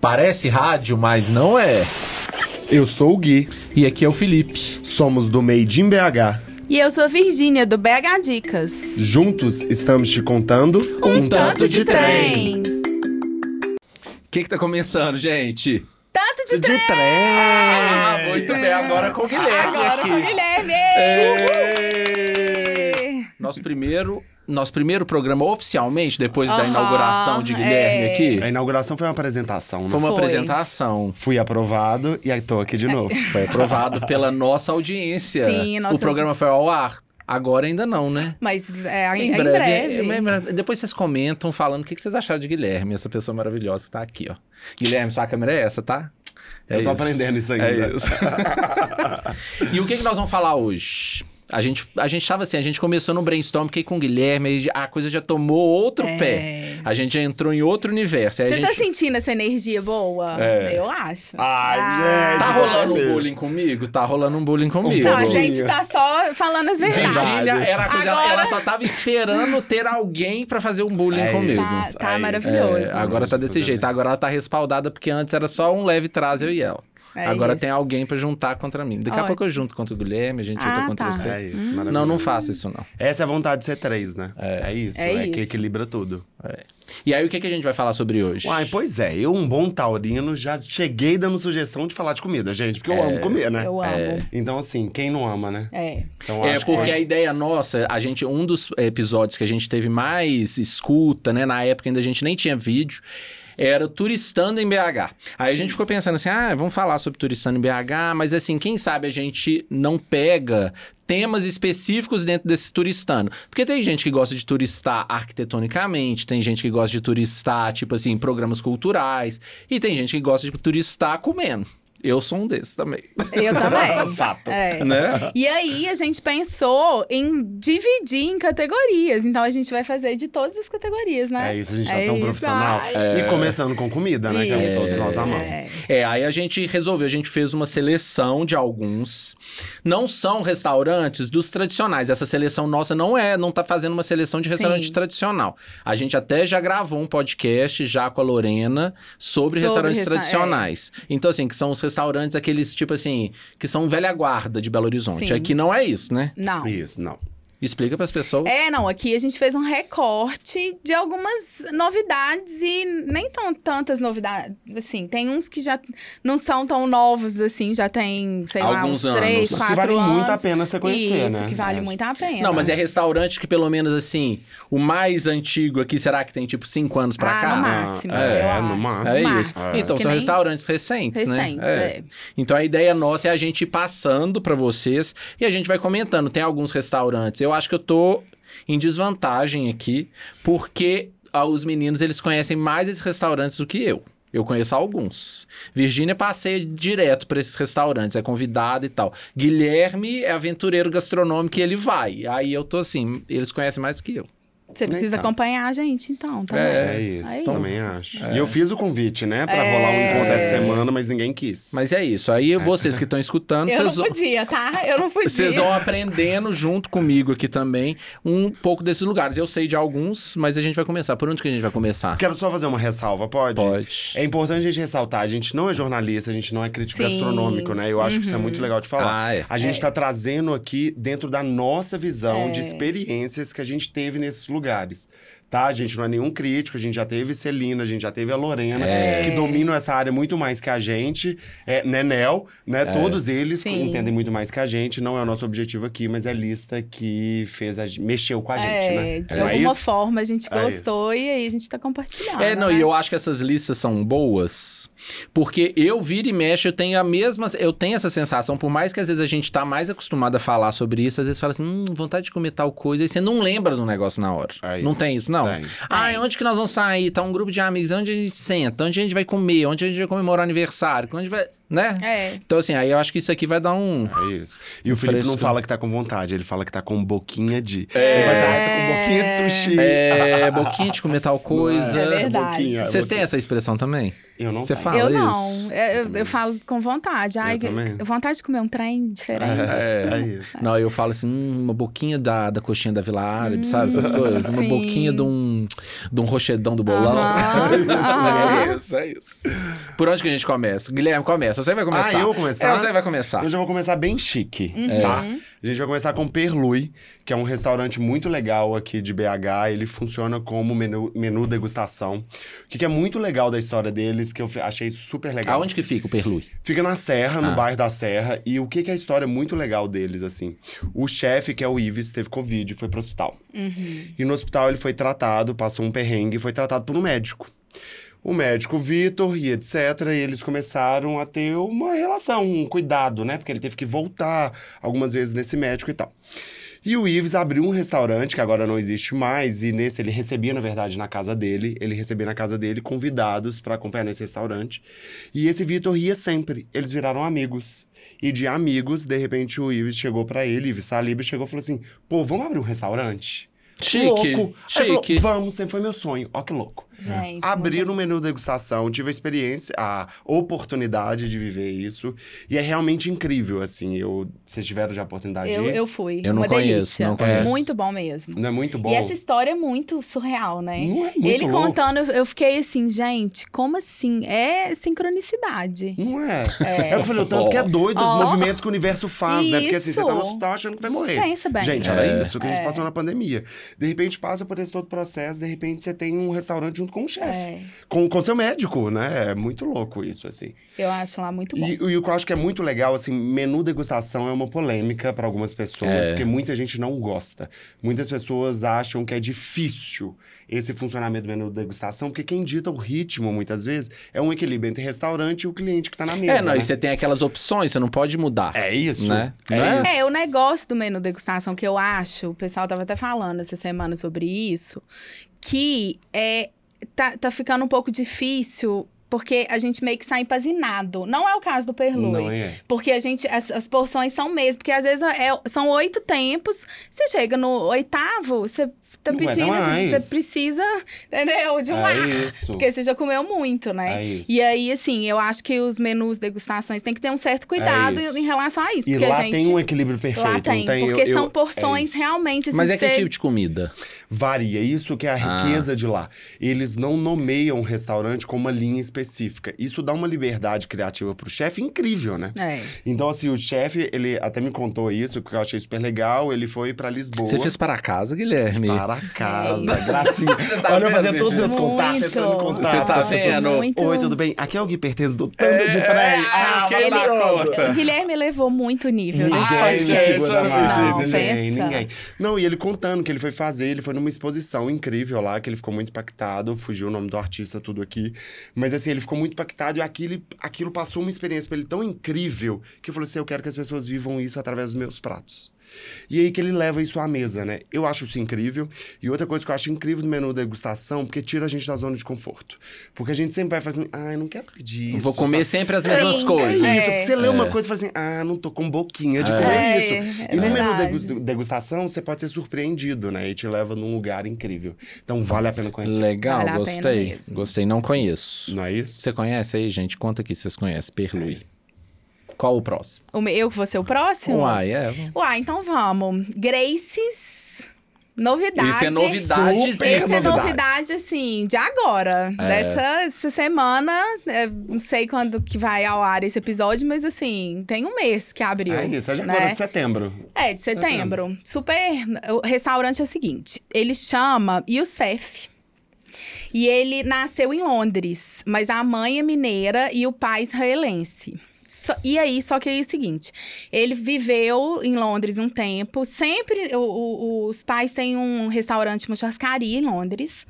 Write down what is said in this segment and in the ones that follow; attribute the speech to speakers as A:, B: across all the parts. A: Parece rádio, mas não é.
B: Eu sou o Gui,
A: E aqui é o Felipe.
B: somos do Made in BH.
C: E eu sou a Virgínia, do BH Dicas.
B: Juntos estamos te contando
A: Um tanto de trem.
D: O que que tá começando, gente?
C: Tanto de, trem!
D: Ah, muito bem, agora com o Guilherme
C: Agora
D: aqui. É.
C: com o Guilherme!
D: Ê! Nosso primeiro, nosso primeiro programa oficialmente, depois da
C: Aham,
D: inauguração de Guilherme
C: é.
D: aqui,
B: A inauguração foi uma apresentação, né?
D: foi uma
C: Foi.
D: apresentação.
B: Fui aprovado e aí tô aqui de novo.
D: Foi aprovado pela nossa audiência.
C: Sim, nossa
D: o programa foi ao ar. Agora ainda não, né?
C: Mas é, é
D: Em
C: em
D: breve,
C: breve.
D: em breve. Depois vocês comentam falando o que que vocês acharam de Guilherme, essa pessoa maravilhosa que tá aqui, ó. Guilherme, sua câmera é essa, tá? É
B: Eu tô
D: isso.
B: aprendendo isso
D: É
B: ainda.
D: isso. e o que, que nós vamos falar hoje? A gente, a gente tava assim, a gente começou no brainstorm, fiquei com o Guilherme, aí a coisa já tomou outro
C: É.
D: pé. A gente já entrou em outro universo. aí a
C: Você tá
D: É, gente-
C: sentindo essa energia boa?
D: É.
C: Eu acho.
B: Ai,
C: Ah.
B: gente.
D: Tá rolando um
B: Beleza.
D: bullying comigo? Tá rolando um bullying comigo.
C: Então, a
B: Boa.
C: gente tá só falando as verdades.
D: Virgínia era a coisa,
C: Agora-
D: ela só tava esperando ter alguém pra fazer um bullying
B: É
D: comigo.
C: Tá, tá
B: É isso.
C: maravilhoso.
D: É, agora tá desse jeito. Agora ela tá respaldada, porque antes era só um leve trás, eu e ela.
C: É
D: agora
C: isso.
D: tem alguém pra juntar contra mim. Daqui a
C: Ótimo.
D: pouco eu junto contra o Guilherme, a gente
C: Ah,
D: junta contra
C: tá.
D: você.
B: É isso, maravilhoso.
D: Não, não faça isso, não.
B: Essa é a vontade de ser três, né? É, isso,
C: É
B: é, que
C: isso.
B: equilibra tudo.
D: E aí, o que, que a gente vai falar sobre hoje?
B: Uai, pois é, eu, um bom taurino, já cheguei dando sugestão de falar de comida, gente, porque eu
D: É.
B: amo comer, né?
C: Eu amo.
B: Então, assim, quem não ama, né?
C: É.
B: Então,
D: É
B: acho que-
D: porque a ideia nossa, a gente um dos episódios que a gente teve mais escuta, né, na época ainda a gente nem tinha vídeo, era o turistando em BH. Aí a gente ficou pensando assim: "Ah, vamos falar sobre turistando em BH", mas assim, quem sabe a gente não pega temas específicos dentro desse turistando. Porque tem gente que gosta de turistar arquitetonicamente, tem gente que gosta de turistar, tipo assim, em programas culturais, e tem gente que gosta de turistar comendo. Eu sou um desses também.
C: Eu também.
D: Fato.
C: É.
D: Né?
C: E aí, a gente pensou em dividir em categorias. Então, a gente vai fazer de todas as categorias, né?
B: É isso, a gente tá
C: É
B: tão
C: isso,
B: profissional.
C: ai.
B: E começando com comida, né? Que é o que
C: Isso,
B: todos nós
C: é.
B: amamos.
D: É, aí a gente resolveu, a gente fez uma seleção de alguns. Não são restaurantes dos tradicionais. Essa seleção nossa não é, não tá fazendo uma seleção de restaurante
C: Sim.
D: tradicional. A gente até já gravou um podcast já com a Lorena sobre,
C: Sobre
D: restaurantes
C: resta- é.
D: tradicionais. Então assim, que são os restaurantes aqueles tipo assim, que são velha guarda de Belo Horizonte.
C: Sim.
D: Aqui não é isso, né?
C: Não.
B: Isso, não.
D: Explica pras pessoas.
C: É, não, aqui a gente fez um recorte de algumas novidades e nem tão tantas novidades, assim, tem uns que já não são tão novos, assim, já tem, sei lá,
D: Alguns
C: uns três,
D: anos.
B: Mas que
C: quatro
B: vale
C: anos.
B: muito a pena você conhecer,
C: Isso,
B: né?
C: que vale
B: Acho.
C: muito a pena.
D: Não, mas é restaurante que pelo menos assim, o mais antigo aqui será que tem tipo cinco anos pra
C: ah,
D: cá?
C: no máximo,
B: É,
C: eu
B: no
C: acho.
B: máximo.
D: É
C: Máximo,
D: isso.
C: acho
D: Então,
C: que
D: são
C: nem-
D: recentes, recentes, né?
C: Recentes,
D: É.
C: é.
D: Então, a ideia nossa é a gente ir passando pra vocês e a gente vai comentando. Tem alguns restaurantes. Eu acho que eu tô em desvantagem aqui, porque ah, os meninos, eles conhecem mais esses restaurantes do que eu. Eu conheço alguns. Virgínia passeia direto pra esses restaurantes, é convidada e tal. Guilherme é aventureiro gastronômico e ele vai. Aí eu tô assim, eles conhecem mais do que eu.
C: Você precisa
B: Então.
C: acompanhar a gente, então, também.
B: É, isso,
C: É
B: também
C: isso.
B: acho. E eu fiz o convite, né? Pra
C: É.
B: rolar um encontro essa semana, mas ninguém quis.
D: Mas é isso. Aí vocês que estão escutando,
C: Eu
D: vocês
C: não
D: vão-
C: podia, tá? Eu não podia.
D: Vocês vão aprendendo junto comigo aqui também um pouco desses lugares. Eu sei de alguns, mas a gente vai começar. Por onde que a gente vai começar?
B: Quero só fazer uma ressalva, pode?
D: Pode.
B: É importante a gente ressaltar, a gente não é jornalista, a gente não é crítico
C: Sim. Uhum.
B: gastronômico, né? Eu acho que isso é muito legal de falar.
D: Ah, é.
B: A gente tá trazendo aqui dentro da nossa visão
C: É.
B: de experiências que a gente teve nesses lugares, tá? A gente não é nenhum crítico, a gente já teve Celina, a gente já teve a Lorena,
C: É.
B: que dominam essa área muito mais que a gente. É, Nenel, né? Todos eles
C: Sim.
B: entendem muito mais que a gente. Não é o nosso objetivo aqui, mas é a lista que fez a gente, mexeu com a gente, né?
C: É, de
B: Não é
C: alguma
B: isso?
C: forma a gente
B: É
C: gostou e aí a gente tá compartilhando.
D: É, não,
C: né?
D: e eu acho que essas listas são boas, porque eu vira e mexe, eu tenho a mesma, eu tenho essa sensação, por mais que às vezes a gente tá mais acostumado a falar sobre isso, às vezes fala assim, hum, vontade de comer tal coisa, e você não lembra do negócio na hora.
B: É
D: não
B: isso,
D: tem isso, não?
B: tem.
D: Ah, onde que nós vamos sair? Tá um grupo de amigos, onde a gente senta, onde a gente vai comer, onde a gente vai comemorar aniversário, onde vai, né?
C: É.
D: Então assim, aí eu acho que isso aqui vai dar um...
B: É isso. E o Felipe não
D: Fresco.
B: fala que tá com vontade, ele fala que tá com boquinha de. Ele faz, ah, tá com boquinha de sushi.
D: É, boquinha de comer tal coisa.
C: É verdade.
B: Boquinha,
D: Vocês têm
B: boquinha.
D: essa expressão também?
B: Eu não
D: Você
B: tenho.
D: fala
C: eu
D: isso?
C: não. É, Eu, eu, falo com vontade. Ai,
B: também.
C: que- vontade de comer um trem diferente.
B: É, é isso.
D: Não, eu falo assim, hum, uma boquinha da, da coxinha da Vila Árabe, sabe? Essas coisas. Uma
C: sim.
D: boquinha de um de um rochedão do bolão.
C: Aham, aham.
D: é isso, é isso. Por onde que a gente começa? Guilherme, começa. Você vai começar.
B: Ah, eu vou começar?
D: É, você vai começar.
B: Eu já vou começar bem chique, tá? A gente vai começar com Perlui, que é um restaurante muito legal aqui de BH. Ele funciona como menu, menu degustação. O que, que é muito legal da história deles, que eu fi- achei super legal.
D: Aonde que fica o Perlui?
B: Fica na Serra, no
D: Ah.
B: bairro da Serra. E o que, que é a história muito legal deles, assim? O chefe, que é o Ives, teve Covid e foi pro hospital. E no hospital ele foi tratado, passou um perrengue e foi tratado por um médico. O médico Vitor e etc. E eles começaram a ter uma relação, um cuidado, né? Porque ele teve que voltar algumas vezes nesse médico e tal. E o Ives abriu um restaurante que agora não existe mais, e nesse ele recebia, na verdade, na casa dele. Ele recebia na casa dele convidados para acompanhar nesse restaurante. E esse Vitor ia sempre. Eles viraram amigos. E de amigos, de repente, o Ives chegou para ele, Ives Saliba, chegou e falou assim: pô, vamos abrir um restaurante?
D: Chique,
B: Louco. Aí ele
D: chique.
B: falou, vamos, sempre foi meu sonho. Ó que louco.
C: Gente,
B: Abrir
C: muito
B: no menu degustação, tive a experiência, a oportunidade de viver isso. E é realmente incrível, assim. Eu, vocês tiveram já a oportunidade
C: Eu,
B: de ir?
C: eu fui.
D: Eu não
C: Uma
D: conheço,
C: delícia.
D: não conheço.
C: Muito bom mesmo.
B: Não é muito bom?
C: E essa história é muito surreal, né?
B: Não é muito
C: Ele
B: louco?
C: contando, eu fiquei assim, gente, como assim? É sincronicidade.
B: Não é.
C: É.
B: É o que eu falei, o tanto que é doido
C: Ó.
B: os movimentos que o universo faz, né? Porque assim, você tá no
C: Isso.
B: hospital achando que vai morrer.
C: Pensa bem. É.
B: Gente, olha isso que a gente passou na pandemia. De repente passa por esse todo processo, de repente você tem um restaurante junto com o chefe.
C: É,
B: Com, com seu médico, né? É muito louco isso, assim.
C: eu acho lá muito bom.
B: E, e o que eu acho que é muito legal, assim, menu degustação é uma polêmica para algumas pessoas,
C: É.
B: porque muita gente não gosta. Muitas pessoas acham que é difícil esse funcionamento do menu degustação, porque quem dita o ritmo, muitas vezes, é um equilíbrio entre restaurante e o cliente que tá na mesa.
D: É, não,
B: né?
D: e você tem aquelas opções, você não pode mudar.
B: É isso.
D: Né?
B: É,
D: Não é?
B: isso.
C: É, o negócio do menu degustação que eu acho, o pessoal tava até falando essa semana sobre isso, que é, tá, tá ficando um pouco difícil, porque a gente meio que sai empazinado. Não é o caso do Perlui.
B: Não é.
C: Porque a gente, as, as porções são mesmo, porque às vezes é- são oito tempos, você chega no oitavo, você tá
B: Não aguenta
C: pedindo, assim, você
B: mais.
C: precisa, entendeu? De um ar.
B: É isso.
C: Porque você já comeu muito, né?
B: É isso.
C: E aí, assim, eu acho que os menus degustações tem que ter um certo cuidado
B: É isso.
C: em relação a isso.
B: E
C: porque
B: lá
C: a gente.
B: tem um equilíbrio perfeito.
C: lá tem,
B: não tem
C: porque
B: Eu- eu-
C: são porções
B: é isso.
C: realmente assim.
D: Mas é
C: que
D: que
C: você-
D: tipo de comida?
B: Varia, isso que é a
D: Ah.
B: riqueza de lá. Eles não nomeiam um restaurante com uma linha específica. Isso dá uma liberdade criativa pro chefe incrível, né?
C: É.
B: Então, assim, o chefe, ele até me contou isso, que eu achei super legal. Ele foi pra Lisboa.
D: Você fez para casa, Guilherme?
B: para casa,
C: É
B: Tá, gracinha.
D: tá
B: Olha eu
D: vendo,
B: fazendo todos os meus
C: Virgínia?
B: contatos,
C: Muito.
B: entrando em contato.
D: Você tá
B: com as pessoas.
D: vendo?
C: Muito.
B: Oi, tudo bem? Aqui é o Gui Pertez do Tanto de Trem. Ah,
D: quem dá
B: maravilhoso.
D: conta?
C: O Guilherme elevou muito o nível
B: Ninguém
C: desse
D: Ai,
B: me
D: gente,
B: segura
D: sobre
B: mais.
D: isso,
B: Não,
C: gente.
B: ninguém,
C: Pensa.
B: ninguém. Não, e ele contando que ele foi fazer, ele foi numa exposição incrível lá, que ele ficou muito impactado, fugiu o nome do artista, tudo aqui. Mas assim, ele ficou muito impactado e aquilo, aquilo passou uma experiência pra ele tão incrível que ele falou assim: eu quero que as pessoas vivam isso através dos meus pratos. E aí que ele leva isso à mesa, né? Eu acho isso incrível. E outra coisa que eu acho incrível do menu degustação, porque tira a gente da zona de conforto. Porque a gente sempre vai fazer assim, ah, eu não quero pedir isso.
D: Vou comer
B: sabe?
D: sempre as mesmas
C: Sim,
D: coisas.
B: É isso,
C: É.
B: você lê uma coisa e fala assim, ah, não tô com boquinha de
D: É.
B: comer
C: É,
B: isso.
C: é
B: e no menu
C: verdade.
B: degu- degustação, você pode ser surpreendido, né? E te leva num lugar incrível. Então vale a pena conhecer.
D: Legal,
C: Vale a pena
D: gostei.
C: mesmo.
D: Gostei, não conheço.
B: Não é isso?
D: Você conhece aí, gente? Conta aqui se vocês conhecem. Perlui. Qual o próximo?
C: O me- Eu que vou ser o próximo?
D: Uai, é.
C: Uai, então vamos. Graces. Novidade.
D: Isso é novidade.
B: Super
C: Essa é
B: novidade.
C: novidade, assim, de agora. Dessa essa semana. é, não sei quando que vai ao ar esse episódio, mas assim, tem um mês que abriu.
B: É isso, é de agora
C: né?
B: de setembro.
C: É,
B: Tá
C: de setembro. Super. O restaurante é o seguinte: ele chama Youssef. E ele nasceu em Londres, mas a mãe é mineira e o pai israelense. Só- e aí, só que aí é o seguinte: ele viveu em Londres um tempo. Sempre o- o- os pais têm um restaurante, uma churrascaria em Londres.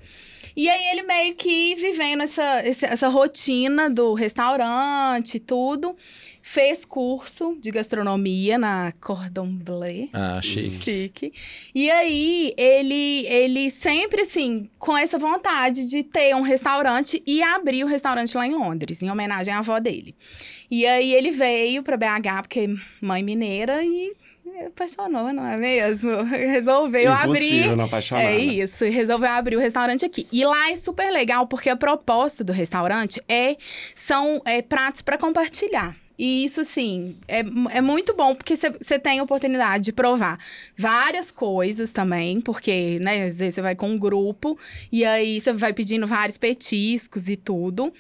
C: E aí ele meio que vivendo essa, esse- essa rotina do restaurante e tudo. Fez curso de gastronomia na Cordon Bleu.
D: Ah, chique.
C: Chique. E aí, ele, ele sempre, assim, com essa vontade de ter um restaurante e abrir o restaurante lá em Londres, em homenagem à avó dele. E aí, ele veio pra BH, porque mãe mineira, e apaixonou, não é mesmo? Resolveu abrir.
B: É. Impossível não apaixonar.
C: É
B: né?
C: isso, e resolveu abrir o restaurante aqui. E lá é super legal, porque a proposta do restaurante é são é, pratos para compartilhar. E isso, assim, é, é muito bom, porque você tem a oportunidade de provar várias coisas também, porque, né, às vezes você vai com um grupo, e aí você vai pedindo vários petiscos e tudo.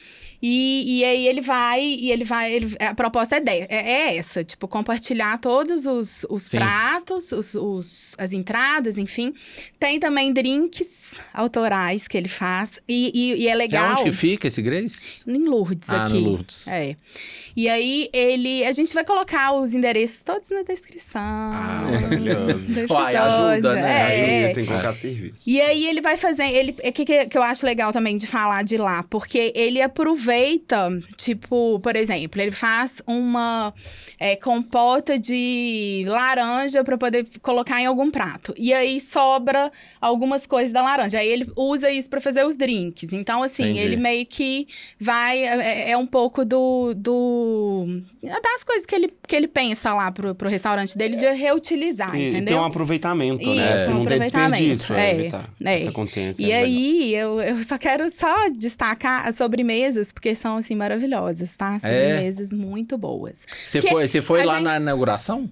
C: E, e aí ele vai, e ele vai, ele- a proposta é, de- é- é essa, tipo, compartilhar todos os, os
D: Sim.
C: pratos, os, os- as entradas, enfim. Tem também drinks autorais que ele faz, e, e- e é legal...
D: É onde que fica esse Grace?
C: Em Lourdes
D: Ah,
C: aqui.
D: no Lourdes.
C: É. E aí, ele. A gente vai colocar os endereços todos na descrição.
B: Ah, maravilhoso.
C: do
D: Ó, aí
C: episódio.
D: ajuda, né?
C: É.
B: Ajuda, eles têm que colocar serviço.
C: E aí ele vai fazer, ele, é que, que que eu acho legal também de falar de lá, porque ele aproveita, tipo, por exemplo, ele faz uma é, compota de laranja pra poder colocar em algum prato. E aí sobra algumas coisas da laranja. Aí ele usa isso pra fazer os drinks. Então, assim,
D: Entendi.
C: ele meio que vai, é, é um pouco do, do das coisas que ele, que ele pensa lá pro, pro restaurante dele de reutilizar,
B: E- e
C: ah, entendeu?
B: tem um aproveitamento, né?
C: Isso,
B: Se não
C: um
B: tem
C: aproveitamento,
B: desperdício,
C: é,
B: é, evitar
C: é.
B: essa consciência.
C: E
B: é legal.
C: aí, eu, eu só quero só destacar as sobremesas, porque são, assim, maravilhosas,
D: É?
C: tá? Sobremesas muito boas.
D: Você
C: Porque
D: foi, você foi
C: a
D: lá
C: gente-
D: na inauguração?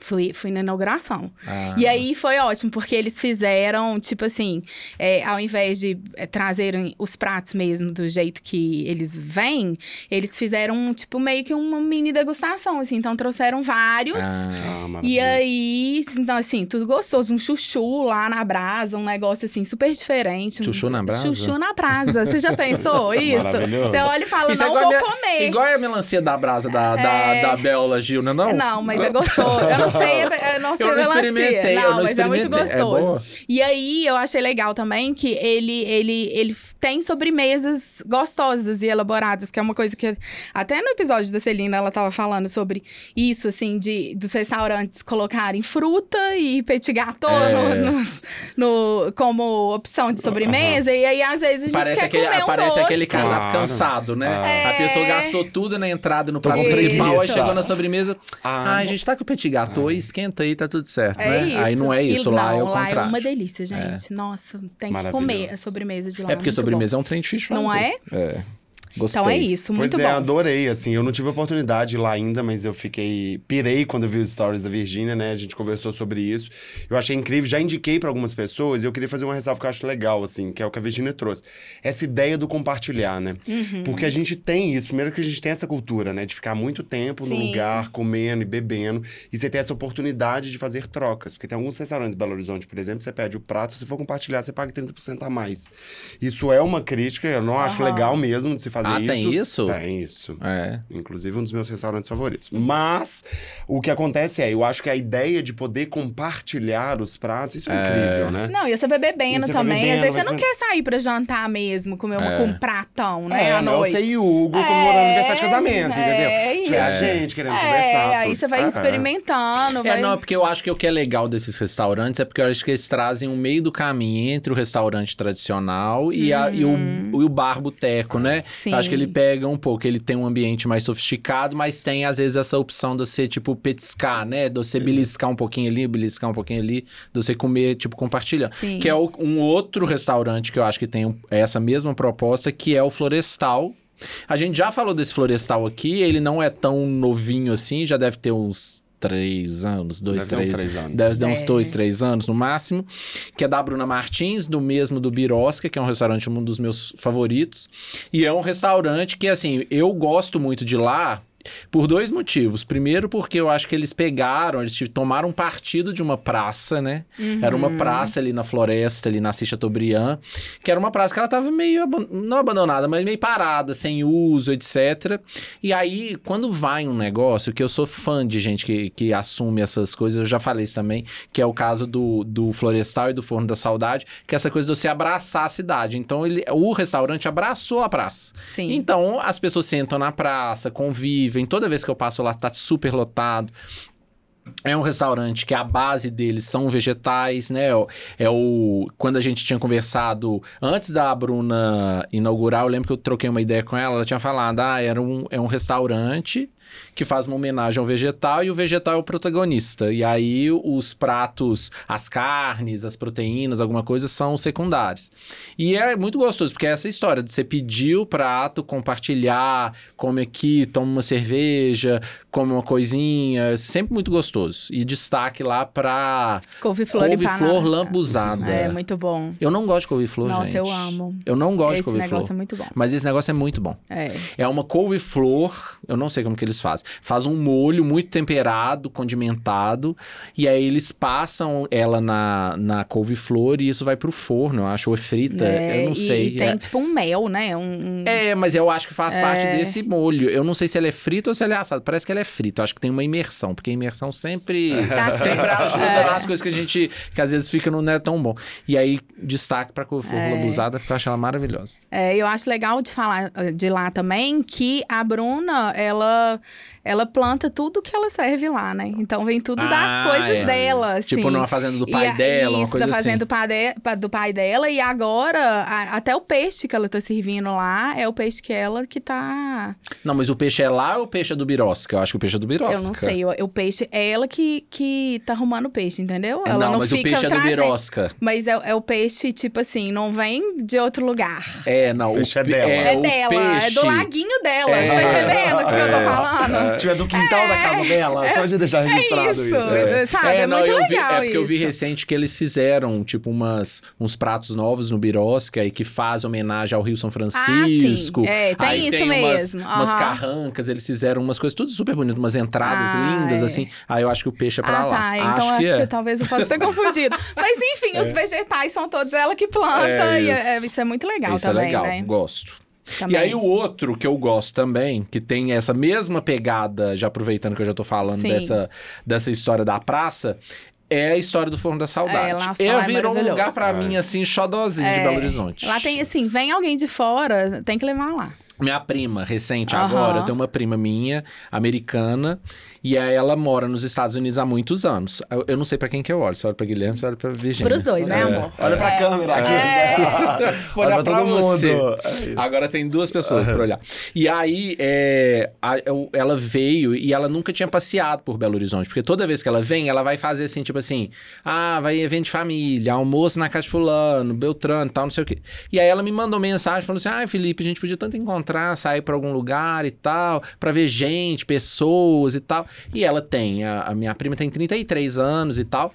C: Fui, fui na inauguração.
D: Ah.
C: E aí, foi ótimo, porque eles fizeram, tipo assim, é, ao invés de é, trazerem os pratos mesmo do jeito que eles vêm, eles fizeram, tipo, meio que uma mini degustação, assim. Então, trouxeram vários.
D: Ah,
B: Ah,
C: E
B: maravilhoso.
C: aí, então assim, tudo gostoso. Um chuchu lá na brasa, um negócio assim super diferente. um-
D: Chuchu na brasa?
C: Chuchu na brasa. Você já pensou isso?
B: Maravilhoso.
C: Você olha e fala,
D: Isso é
C: não
D: igual
C: vou
D: a minha-
C: comer.
D: Igual é a melancia da brasa da, da,
C: É.
D: da Bela Gil, não é não?
C: Não, mas é gostoso. Eu não sei, é eu não sei
D: Eu não
C: melancia.
D: experimentei, eu não
C: mas é muito
D: experimentei. É
C: gostoso.
D: boa?
C: e aí, eu achei legal também que ele, ele, ele tem sobremesas gostosas e elaboradas, que é uma coisa que até no episódio da Celina ela tava falando sobre isso, assim, de dos restaurantes colocarem fruta e petit gâteau
D: É.
C: no, nos- no- como opção de sobremesa. E aí, às vezes, a gente
D: Parece
C: quer
D: aquele,
C: comer um
D: parece
C: doce.
D: aquele cara
B: Claro.
D: cansado, né?
C: É.
D: A pessoa gastou tudo na entrada, no
B: Tô
D: prato
C: com
D: principal,
C: preguiça.
D: aí chegou na sobremesa. Ah,
B: Ah,
D: a gente tá com o petit gâteau, esquenta aí, tá tudo certo,
C: É
D: né?
C: isso.
D: Aí não é
C: E
D: isso, lá é o
C: não, lá é
D: contrário.
C: uma delícia, gente. Nossa, tem que
B: Maravilhoso.
C: comer a sobremesa de lá.
D: É porque
C: muito
D: sobremesa é um trem difícil. de
C: Não
D: fazer.
C: é?
D: É.
C: bom.
D: Gostei.
C: Então é isso,
B: pois
C: muito
B: é,
C: bom.
B: adorei, assim. Eu não tive oportunidade lá ainda, mas eu fiquei. Pirei quando eu vi os stories da Virgínia, né? A gente conversou sobre isso. Eu achei incrível, já indiquei pra algumas pessoas e eu queria fazer uma ressalva que eu acho legal, assim, que é o que a Virgínia trouxe. Essa ideia do compartilhar, né?
C: Uhum.
B: Porque a gente tem isso. Primeiro que a gente tem essa cultura, né? De ficar muito tempo num
C: Sim.
B: lugar, comendo e bebendo. E você tem essa oportunidade de fazer trocas. Porque tem alguns restaurantes de Belo Horizonte, por exemplo, você pede o prato, se for compartilhar, você paga 30% a mais. Isso é uma crítica, eu não acho
C: Aham.
B: legal mesmo de se fazer
D: Ah,
B: isso.
D: tem isso?
B: Tem isso.
D: É.
B: Inclusive, um dos meus restaurantes favoritos. Mas, o que acontece é, eu acho que a ideia de poder compartilhar os pratos, isso é, incrível, né?
C: Não, e você vai
B: E
C: bebendo
B: você vai
C: também.
B: bebendo,
C: Às vezes você
B: vai
C: não quer sair pra jantar mesmo, comer uma-
D: É.
C: com um pratão, né?
B: é,
C: à noite.
B: Você e o Hugo
C: É,
B: comemorando aniversário de casamento,
C: é
B: entendeu? Tiver
D: isso.
B: gente querendo
C: É,
B: conversar.
C: aí
B: tudo.
C: você vai
B: Ah, ah.
C: experimentando,
D: É,
C: vai...
D: não, é porque eu acho que o que é legal desses restaurantes é porque eu acho que eles trazem um meio do caminho entre o restaurante tradicional e, a- e o, e o bar boteco, né?
C: Uhum. Sim.
D: Eu acho que ele pega um pouco, ele tem um ambiente mais sofisticado, mas tem às vezes essa opção de você, tipo, petiscar, né? De você beliscar um pouquinho ali, beliscar um pouquinho ali, de você comer, tipo, compartilhando.
C: Sim.
D: Que é o- um outro restaurante que eu acho que tem um- essa mesma proposta, que é o Florestal. A gente já falou desse Florestal aqui, ele não é tão novinho assim, já deve ter uns três anos, dois,
B: Deve ter uns
D: três.
B: três anos.
D: Deve ter uns
C: É.
D: dois, três anos no máximo. Que é da Bruna Martins, do mesmo do Birosca, que é um restaurante, um dos meus favoritos. E é um restaurante que, assim, eu gosto muito de lá. Por dois motivos. Primeiro, porque eu acho que eles pegaram, eles tipo, tomaram partido de uma praça, né? Era uma praça ali na floresta, ali na Cicha Tobrian, que era uma praça que ela tava meio, aban- não abandonada, mas meio parada, sem uso, etc. E aí, quando vai um negócio, que eu sou fã de gente que, que assume essas coisas, eu já falei isso também, que é o caso do, do Florestal e do Forno da Saudade, que é essa coisa de você abraçar a cidade. Então, ele, o restaurante abraçou a praça.
C: Sim.
D: Então, as pessoas sentam na praça, convivem. Toda vez que eu passo lá, tá super lotado. É um restaurante que a base deles são vegetais, né? É o. Quando a gente tinha conversado antes da Bruna inaugurar, eu lembro que eu troquei uma ideia com ela, ela tinha falado: ah, era um, é um restaurante que faz uma homenagem ao vegetal e o vegetal é o protagonista. E aí os pratos, as carnes, as proteínas, alguma coisa são secundários. E é muito gostoso, porque é essa história de você pedir o prato, compartilhar, come aqui, toma uma cerveja, come uma coisinha, é sempre muito gostoso. E destaque lá pra
C: Couve-flor e panada.
D: couve-flor lambuzada.
C: É, muito bom.
D: Eu não gosto de couve-flor,
C: Nossa,
D: gente.
C: eu amo.
D: Eu não gosto de
C: Esse
D: couve-flor.
C: negócio é muito bom.
D: Mas esse negócio é muito bom.
C: É.
D: É uma couve-flor, eu não sei como que eles fazem. Faz um molho muito temperado, condimentado, e aí eles passam ela na, na couve-flor e isso vai pro forno, eu acho, ou é frita,
C: É,
D: eu não
C: e
D: sei.
C: tem
D: É-
C: tipo um mel, né? Um, um-
D: É, mas eu acho que faz parte
C: É.
D: desse molho. Eu não sei se ela é frita ou se ela é assada. Parece que ela é frita. Eu acho que tem uma imersão, porque a imersão sempre,
C: Tá
D: sempre
C: certo.
D: ajuda
C: É.
D: nas coisas que a gente, que às vezes fica, não é tão bom. E aí, destaque pra couve-flor lambuzada, porque eu acho ela maravilhosa.
C: É, eu acho legal de falar eh, de lá também que a Bruna, ela, ela planta tudo que ela serve lá, né? Então vem tudo das
D: Ah,
C: coisas
D: é.
C: dela, assim.
D: Tipo, numa fazenda do
C: E
D: pai
C: a-
D: dela, uma
C: isso,
D: coisa
C: da
D: assim.
C: fazenda do pai, de- pa- do pai dela. E agora, a- até o peixe que ela tá servindo lá é o peixe que ela que tá.
D: Não, mas o peixe é lá ou o peixe é do Birosca? Eu acho que o peixe é do Birosca.
C: Eu não sei, o, o peixe é ela que, que tá arrumando o peixe, entendeu?
D: É,
C: ela
D: não, mas o peixe é do
C: trazendo-
D: Birosca.
C: Mas é, é o peixe, tipo assim, não vem de outro lugar.
D: É, não.
B: Peixe é
D: pe-
B: dela.
C: É,
D: o
C: dela, é do
D: peixe-
C: laguinho dela.
D: É.
C: Você tá entendendo o que eu tô
D: É. Então tá
C: falando?
B: Tiver do quintal
C: É.
B: da casa dela, só de deixar registrado
C: isso,
B: isso.
C: é. sabe? É,
D: não,
C: muito
D: eu vi-
C: legal
D: é porque eu vi
C: isso.
D: recente que eles fizeram, tipo, umas, uns pratos novos no Birosca e que faz homenagem ao Rio São Francisco.
C: Ah, É, tem
D: Aí
C: isso
D: tem umas,
C: mesmo.
D: umas
C: aham.
D: carrancas, eles fizeram umas coisas tudo super bonito, umas entradas
C: Ah,
D: lindas,
C: é.
D: assim. Aí eu acho que o peixe é pra
C: ah,
D: lá.
C: tá. Então acho, que,
D: é.
C: talvez eu possa ter confundido. Mas enfim, os vegetais são todos ela que planta.
D: É
C: e é-
D: isso.
C: isso é muito legal
D: Isso
C: também,
D: é legal,
C: né?
D: gosto. E
C: Também.
D: aí o outro que eu gosto também, que tem essa mesma pegada, já aproveitando que eu já tô falando
C: Sim.
D: dessa, dessa história da praça, é a história do Forno da Saudade.
C: É, lá só
D: é,
C: é
D: virou um
C: maravilhoso.
D: lugar pra mim, assim, xodózinho de
C: É.
D: Belo Horizonte.
C: Lá tem, assim, vem alguém de fora, tem que levar lá.
D: Minha prima, recente
C: Aham.
D: agora, eu tenho uma prima minha, americana, e aí ela mora nos Estados Unidos há muitos anos. Eu, eu não sei pra quem que eu olho, se eu olho pra Guilherme, se eu olho pra Virginia.
C: Pros dois, né,
D: É.
C: amor?
B: Olha pra câmera aqui.
D: Vou olhar
B: Olha pra
D: pra
B: todo mundo.
D: você.
B: É isso.
D: Agora tem duas pessoas pra olhar. E aí, é, a- eu- ela veio e ela nunca tinha passeado por Belo Horizonte. Porque toda vez que ela vem, ela vai fazer assim, tipo assim... Ah, vai evento de família, almoço na casa de fulano, beltrano e tal, não sei o quê. E aí ela me mandou mensagem falando assim... Ah, Felipe, a gente podia tanto encontrar, sair pra algum lugar e tal. Pra ver gente, pessoas e tal. E ela tem... A, a minha prima tem 33 anos e tal.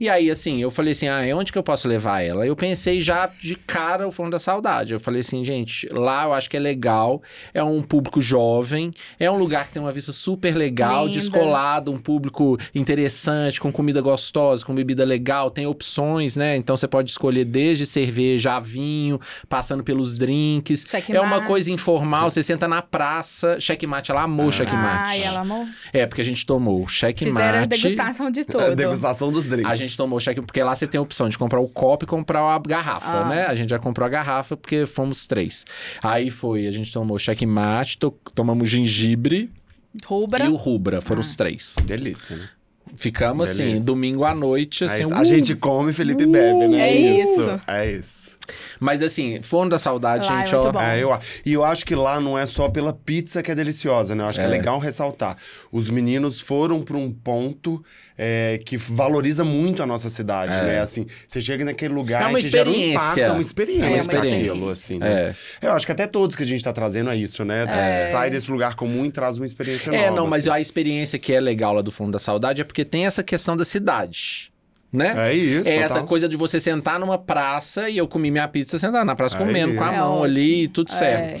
D: E aí, assim, eu falei assim, ah, onde que eu posso levar ela? Eu pensei já de cara o Fundo da Saudade. Eu falei assim, gente, lá eu acho que é legal, é um público jovem, é um lugar que tem uma vista super legal,
C: Linda.
D: descolado, um público interessante, com comida gostosa, com bebida legal, tem opções, né? Então você pode escolher desde cerveja a vinho, passando pelos drinks. É uma
C: Checkmate.
D: coisa informal, você senta na praça, checkmate, ela amou checkmate.
C: Ai, Ah, ela amou.
D: É, porque a gente tomou
C: Fizeram a
D: checkmate.
C: degustação de
B: É,
C: tudo.
B: Degustação dos drinks.
D: A gente tomou cheque, porque lá você tem a opção de comprar o copo e comprar a garrafa,
C: Ah.
D: né? A gente já comprou a garrafa porque fomos três. Aí foi, a gente tomou checkmate, to tomamos gengibre
C: Rubra.
D: e o rubra, foram
C: Ah.
D: os três.
B: Delícia, né?
D: Ficamos assim,
B: Delícia.
D: domingo à noite, assim.
B: É isso.
D: uh!
B: a gente come, Felipe bebe, né?
C: é isso.
B: É isso.
D: Mas assim, forno da saudade,
C: Lá é
D: gente,
C: muito
D: ó.
C: bom.
B: É, eu, a- e eu acho que lá não é só pela pizza que é deliciosa, né? Eu acho que
D: É.
B: é legal ressaltar. Os meninos foram para um ponto é, que valoriza muito a nossa cidade, né? Assim, você chega naquele lugar
D: É uma
B: e que gera um
D: experiência.
B: impacto, é uma
D: É
B: experiência,
D: uma experiência. É.
B: aquilo, assim. né? Eu acho que até todos que a gente tá trazendo é isso, né? Sai desse lugar comum e traz uma experiência nova.
D: É, não, mas
B: assim.
D: a experiência que é legal lá do Fundo da Saudade é porque tem essa questão da cidade, né?
B: É isso,
D: É
B: total.
D: essa coisa de você sentar numa praça e eu comi minha pizza sentar na praça
B: É
D: comendo, com a
C: isso.
D: mão
C: É
D: ali e tudo certo.
C: É.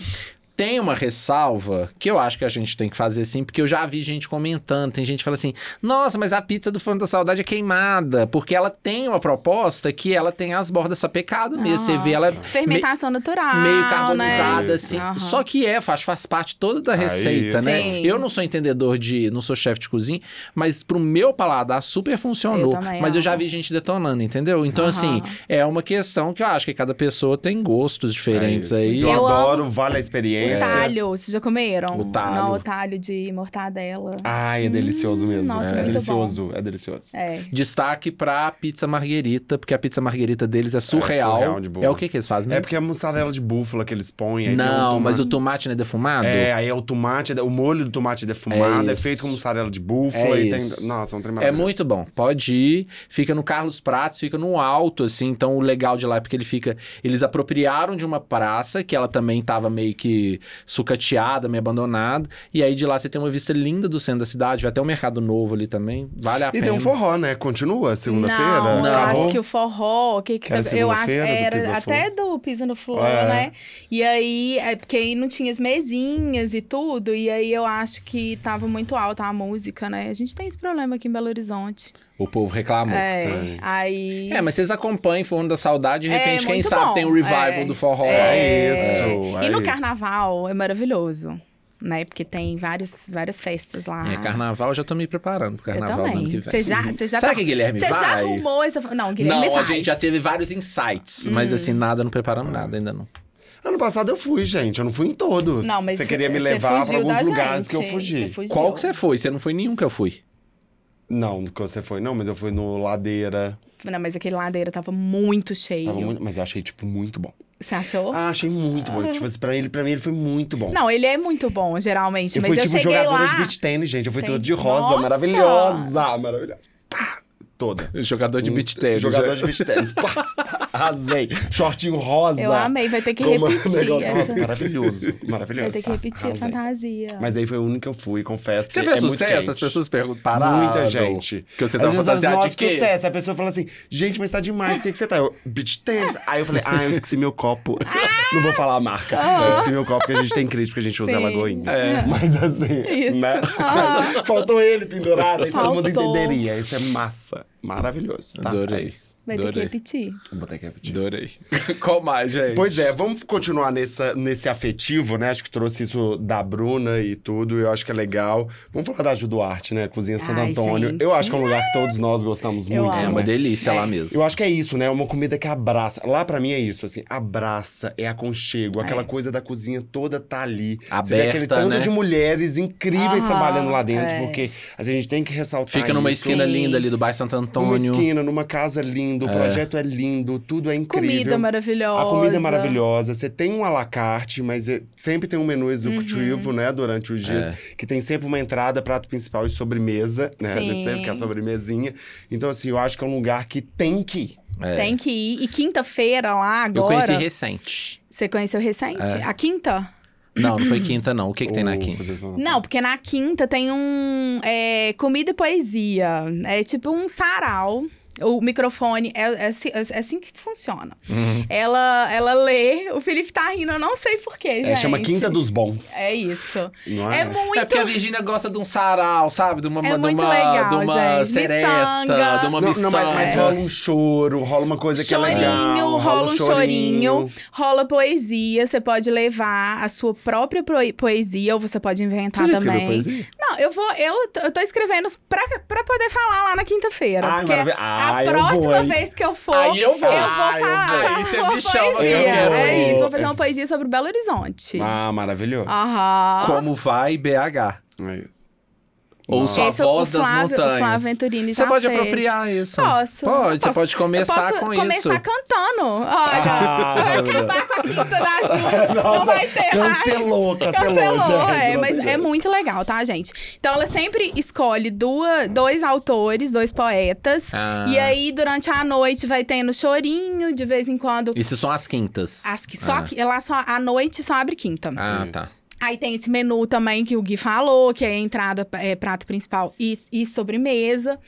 D: Tem uma ressalva que eu acho que a gente tem que fazer sim, porque eu já vi gente comentando. Tem gente que fala assim: nossa, mas a pizza do Forno da Saudade é queimada, porque ela tem uma proposta que ela tem as bordas sapecadas mesmo. Você
C: Aham.
D: vê ela
C: Fermentação natural.
D: me- meio
C: né?
D: carbonizada, assim.
C: Aham.
D: Só que é, faz, faz parte toda da
B: Aí,
D: receita, né?
C: sim.
D: Eu não sou entendedor de. não sou chefe de cozinha, mas pro meu paladar super funcionou.
C: Eu também
D: mas eu já
C: amo.
D: vi gente detonando, entendeu? Então,
C: Aham.
D: assim, é uma questão que eu acho que cada pessoa tem gostos
B: É
D: diferentes
B: isso.
D: aí.
B: Mas Eu,
C: Eu
B: adoro, vale a experiência. delícia.
C: talho, vocês já comeram?
D: O talho.
C: Não, o talho de mortadela.
B: Ai, é delicioso mesmo.
C: Hum, nossa,
B: é
C: muito
B: delicioso, é delicioso.
C: É.
D: Destaque pra pizza marguerita, porque a pizza marguerita deles é surreal. É,
B: surreal de boa.
D: o que que eles fazem?
B: É porque é a mussarela de búfala que eles põem. Aí tem um
D: Não,
B: tomate-
D: mas o tomate não é
C: Ah,
D: defumado?
B: É, aí é o tomate, o molho do tomate defumado,
D: É
B: é,
D: isso.
B: feito com mussarela de búfala
D: É
B: e
D: isso.
B: tem. Nossa, é um trem
D: É
B: maravilhoso.
D: muito bom. Pode ir. Fica no Carlos Prates, fica no alto, assim. Então, o legal de lá é porque ele fica. Eles apropriaram de uma praça, que ela também tava meio que sucateada, meio abandonada. E aí de lá você tem uma vista linda do centro da cidade. Vai até um mercado novo ali também. Vale a
B: E
D: pena.
B: tem um forró, né? Continua segunda-feira?
C: Não, eu
D: Acabou?
C: acho que o forró, que, que-
B: Era
C: eu acho
B: segunda-feira do
C: era
B: Pisa
C: até do Pisa no Flor,
B: É.
C: né? E aí, é porque aí não tinha as mesinhas e tudo, e aí eu acho que tava muito alta a música, né? A gente tem esse problema aqui em Belo Horizonte.
D: O povo reclamou. É.
C: é,
B: tem. É,
C: aí.
D: mas vocês acompanham Forno da Saudade, de
C: É,
D: repente, quem
C: muito
D: sabe
C: bom.
D: tem o revival
C: É.
D: do forró.
B: É
C: É.
B: isso.
C: e
B: é isso.
C: no carnaval é maravilhoso, né? Porque tem várias, várias festas lá.
D: É, carnaval, eu já tô me preparando pro
C: Ah. Eu
D: carnaval do ano que
C: também.
D: vem.
C: Você já, você já
D: Será
C: tá-
D: que Guilherme
C: Você
D: vai?
C: já arrumou essa. Não, Guilherme
D: não,
C: vai. Hum.
D: a gente já teve vários insights, mas assim, nada, não preparamos nada ainda não.
B: Ano passado eu fui, gente. Eu não fui em todos.
C: Não, mas
B: você queria me
C: você
B: levar pra
C: fugiu da
B: alguns lugares
C: gente.
B: que eu fugi.
C: Você fugiu.
D: Qual que você foi? Você não foi nenhum que eu fui.
B: Não, que você foi, não, mas eu fui no Ladeira.
C: Não, mas aquele ladeira tava muito cheio.
B: Tava muito- mas eu achei, tipo, muito bom.
C: Você achou?
B: Ah, achei muito bom. Tipo, assim, pra ele, pra mim, ele foi muito bom.
C: Oh. Não, ele é muito bom, geralmente.
B: eu
C: mas
B: fui,
C: eu
B: tipo,
C: cheguei
B: jogadora
C: lá.
B: de beach tennis, gente. Eu fui
C: Tem-
B: toda de rosa,
C: Nossa!
B: maravilhosa, maravilhosa. Pá, toda.
D: Jogador de beach tennis.
B: Hum, Jogador de beach tennis. Pá, arrasei. Shortinho rosa.
C: Eu amei, vai ter que
B: Como é um
C: repetir.
B: negócio
C: Essa...
B: Maravilhoso, maravilhoso.
C: Vai ter que
B: tá?
C: repetir a
B: Arrasei.
C: fantasia.
B: Mas aí foi o único que eu fui, confesso.
D: Você
B: porque
D: fez
B: é muito
D: sucesso?
B: quente.
D: As pessoas perguntam. Parado,
B: Muita gente.
D: Que você
B: Às
D: tava
B: vezes
D: fantasiado
B: nós,
D: de quê?
B: Sucesso. A pessoa fala assim, gente, mas tá demais, o que, que você tá? Eu, beach tennis. Aí eu falei, ah, eu esqueci meu copo. Não vou falar a marca. Eu esqueci meu copo, porque a gente tem crítica, porque a gente usa
C: Ah. Sim.
B: Lagoinha.
D: É.
B: Mas assim,
C: Isso.
B: né?
C: Aham.
B: Faltou ele pendurado, aí todo mundo
C: Faltou.
B: entenderia. Isso é massa. Maravilhoso. Tá? É
D: Adorei.
B: isso.
C: Vai ter que
D: Adorei.
C: repetir.
B: Vou ter que repetir.
D: Adorei. Qual mais, gente?
B: Pois é, vamos continuar nessa, nesse afetivo, né? Acho que trouxe isso da Bruna e tudo, eu acho que é legal. Vamos falar da Ju Duarte, né? Cozinha Santo
C: Ai,
B: Antônio.
C: gente.
B: Eu acho que é um lugar que todos nós gostamos
C: Eu
B: muito,
C: amo.
D: É
B: né?
D: uma delícia
C: É.
D: lá mesmo.
B: Eu acho que é isso, né? É uma comida que abraça. Lá pra mim é isso, assim, abraça, é aconchego, aquela
C: É.
B: coisa da cozinha toda tá ali. Você vê
D: Aberta,
B: aquele tanto
D: né?
B: de mulheres incríveis
C: Aham,
B: trabalhando lá dentro,
C: é.
B: porque assim, a gente tem que ressaltar
D: Fica numa
B: isso.
D: esquina
C: Sim.
D: linda ali do bairro Santo
B: Numa
D: Antônio.
B: esquina, numa casa linda, o projeto é lindo, tudo é incrível.
C: Comida maravilhosa.
B: A comida é maravilhosa. Você tem um alacarte, mas é- sempre tem um menu
C: Uhum.
B: executivo, né? Durante os dias.
D: É.
B: Que tem sempre uma entrada, prato principal e sobremesa, né? A gente
C: Sim.
B: sempre quer sobremesinha. Então, assim, eu acho que é um lugar que tem que ir.
D: É.
C: Tem que ir. E quinta-feira lá,
D: Eu conheci
C: agora.
D: recente.
C: Você conheceu recente?
B: É.
C: A quinta?
D: Não, não foi quinta, não. O que, que tem na
B: O-
D: quinta?
B: vocês vão-
C: Não, porque na quinta tem um. é, comida e poesia. É tipo um sarau. O microfone é, é assim, é assim que funciona. Ela, ela lê, o Felipe tá rindo, eu não sei porquê, gente.
B: É, chama Quinta dos Bons.
C: É isso.
B: Não é?
C: É muito.
D: É porque a Virgínia gosta de um sarau, sabe? De uma,
C: É
D: de
C: muito
D: uma,
C: legal,
D: de uma
C: gente. É.
D: seresta,
C: Miçanga.
D: de uma
B: Não,
D: missão.
B: não, mas, mas
C: Tá
B: rola um choro, rola uma coisa que é
C: chorinho,
B: legal.
C: rola um chorinho, rola poesia. Você pode levar a sua própria proe- poesia, ou você pode inventar
D: Você já escreveu
C: também.
D: poesia?
C: Não, eu vou. Eu, t- eu tô escrevendo pra, pra poder falar lá na quinta-feira.
B: Ai,
C: porque é
B: maravilha.
C: a
B: Ai, Ah, eu vou,
C: próxima
B: hein?
C: vez que eu for,
D: Aí eu vou.
C: eu vou
D: Ah, eu
C: falar.
D: vou. Aí você
C: uma
D: me chama,
C: poesia.
B: eu quero.
C: É isso, vou fazer uma poesia sobre Belo Horizonte.
B: Ah, maravilhoso.
C: Aham.
D: Como vai BH?
B: É isso.
D: Ou
B: Nossa.
D: só a
C: Esse é o
D: voz das
C: Flávio- o
D: montanhas.
C: Flávio Venturini
D: Você
C: já
D: pode
C: fez.
D: apropriar isso.
C: Posso.
D: Pode,
C: Posso.
D: você pode começar
C: eu posso
D: com isso.
C: começar cantando. Olha.
B: Ah,
C: Vai
B: maravilhoso.
C: acabar com a quinta da Ju. não vai ter
B: cancelou,
C: mais.
B: cancelou, gente,
C: é,
B: não
C: mas
B: tem
C: é
B: jeito.
C: muito legal, tá, gente? Então ela sempre escolhe duas, dois autores, dois poetas.
D: Ah.
C: E aí, durante a noite, vai tendo chorinho, de vez em quando.
D: Isso são as quintas.
C: As que só
D: ah.
C: que lá só à noite só abre quinta.
D: Ah,
B: Isso.
D: tá.
C: Aí tem esse menu também que o Gui falou, que é entrada, é, prato principal e, e sobremesa.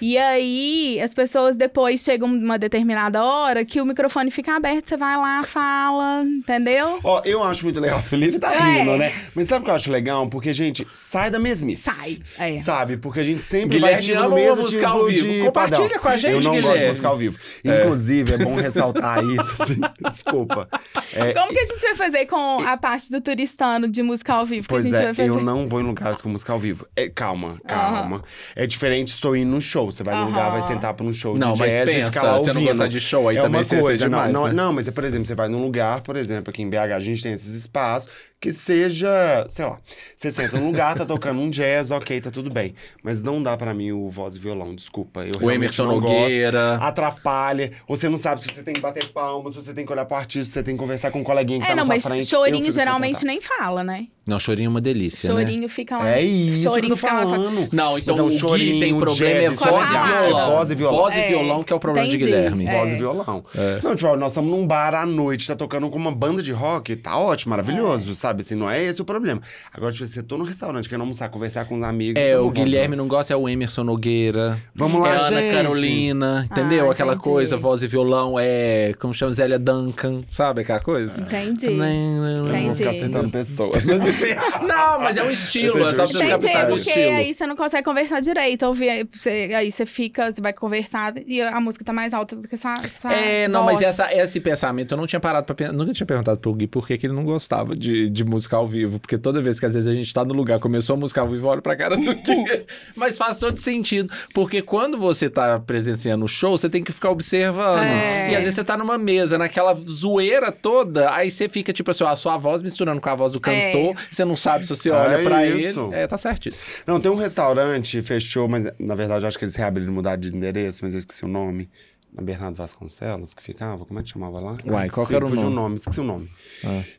C: E aí as pessoas depois chegam uma determinada hora que o microfone fica aberto, você vai lá, fala, entendeu?
B: Ó, eu acho muito legal. O Felipe tá
C: É.
B: rindo, né? Mas sabe o que eu acho legal? Porque, gente, sai da mesmice.
C: Sai, é.
B: Sabe? Porque a gente sempre vai
D: Guilherme
B: tipo,
D: ama
B: no mesmo
D: uma música
B: tipo
D: ao vivo.
B: de
D: Compartilha
B: padrão.
D: com a gente,
B: Eu não gosto
D: Guilherme.
B: de música ao vivo. Inclusive, é bom ressaltar isso, assim. Desculpa. É,
C: Como que a gente vai fazer com a parte do turistano de música ao vivo
B: Pois
C: que a gente
B: é,
C: vai fazer.
B: eu não vou em lugares com música ao vivo. É, calma, calma. É diferente, estou indo num show. Você vai num lugar, vai
C: Aham.
B: sentar pra um show
D: Não,
B: de
D: mas
B: jazz e
D: pensa,
B: ficar lá
D: você não
B: ouvindo.
D: gostar de show aí
B: é
D: também
B: uma
D: seria
B: coisa,
D: demais,
B: não,
D: né?
B: não, mas é, por exemplo, você vai num lugar, por exemplo, aqui em BH a gente tem esses espaços que seja, sei lá, você senta num lugar, tá tocando um jazz, ok, tá tudo bem. Mas não dá pra mim o voz e violão, desculpa. Eu
D: O
B: realmente
D: Emerson
B: não gosto.
D: Nogueira.
B: Atrapalha, você não sabe se você tem que bater palma, se você tem que olhar pro artista, se você tem que conversar com um coleguinha que
C: É,
B: tá na
C: não,
B: sua
C: mas
B: frente. Eu
C: chorinho
B: fico sem
C: geralmente
B: vontade.
C: nem fala, né?
D: Não, chorinho é uma delícia, né?
C: Chorinho fica lá.
B: É isso
C: chorinho
B: que eu tô
C: fica lá só-
B: falando.
D: Não, então
B: Mas é um
D: o Gui
B: chorinho,
D: tem
B: um
D: problema é
B: jazz,
C: com a
D: voz e
C: palavra.
D: violão.
B: Voz e violão.
D: Voz e
C: É.
D: violão que é o problema de
C: Entendi.
D: Guilherme.
C: É.
B: Voz e violão. Não, tipo, nós estamos num bar à noite, tá tocando com uma banda de rock, tá ótimo, maravilhoso, sabe? Assim, não é esse o problema. Agora, tipo, você tô no restaurante, querendo almoçar, conversar com os amigos.
D: É,
B: então não
D: o
B: vou,
D: Guilherme não gosta, é o Emerson Nogueira.
B: Vamos lá,
D: é a Ana
B: gente.
D: Carolina, entendeu?
C: Ah,
D: Aquela
C: entendi.
D: coisa, voz e violão, é. Como chama? Zélia Duncan, sabe aquela coisa?
C: Entendi.
D: Nem- nem-
B: não. Eu não vou
C: Entendi.
B: ficar sentando pessoas. Mas assim,
D: Não, mas é um estilo,
B: Entendi,
D: é só pra
B: eu
D: vocês
B: entendi.
C: Entendi,
D: captarem o
C: porque
D: estilo.
C: aí você não consegue conversar direito, ouvir, você- aí você fica, você vai conversar e a música tá mais alta do que essa.
B: Tá,
C: essa
D: É, não, mas
C: voz.
D: essa, esse pensamento eu não tinha parado pra pen- Nunca tinha perguntado pro Gui por que, que ele não gostava de, de música ao vivo. Porque toda vez que às vezes a gente tá no lugar, começou a música ao vivo, olha pra cara do Gui. mas faz todo sentido. Porque quando você tá presenciando o show, você tem que ficar observando.
C: É.
D: E às vezes você tá numa mesa, naquela zoeira toda, aí você fica, tipo assim, ó, a sua voz misturando com a voz do
C: É.
D: cantor, você não sabe se você olha
B: É
D: pra
B: isso.
D: ele. É, tá certíssimo.
B: não, tem um restaurante, fechou, mas na verdade eu acho que eles reabriram, mudaram de endereço, mas eu esqueci o nome. Na Bernardo Vasconcelos, que ficava, como é que chamava lá?
D: Uai,
B: Ah,
D: qual
B: esqueci,
D: que era o
B: fugiu
D: nome? Ah.
B: Esqueci o nome.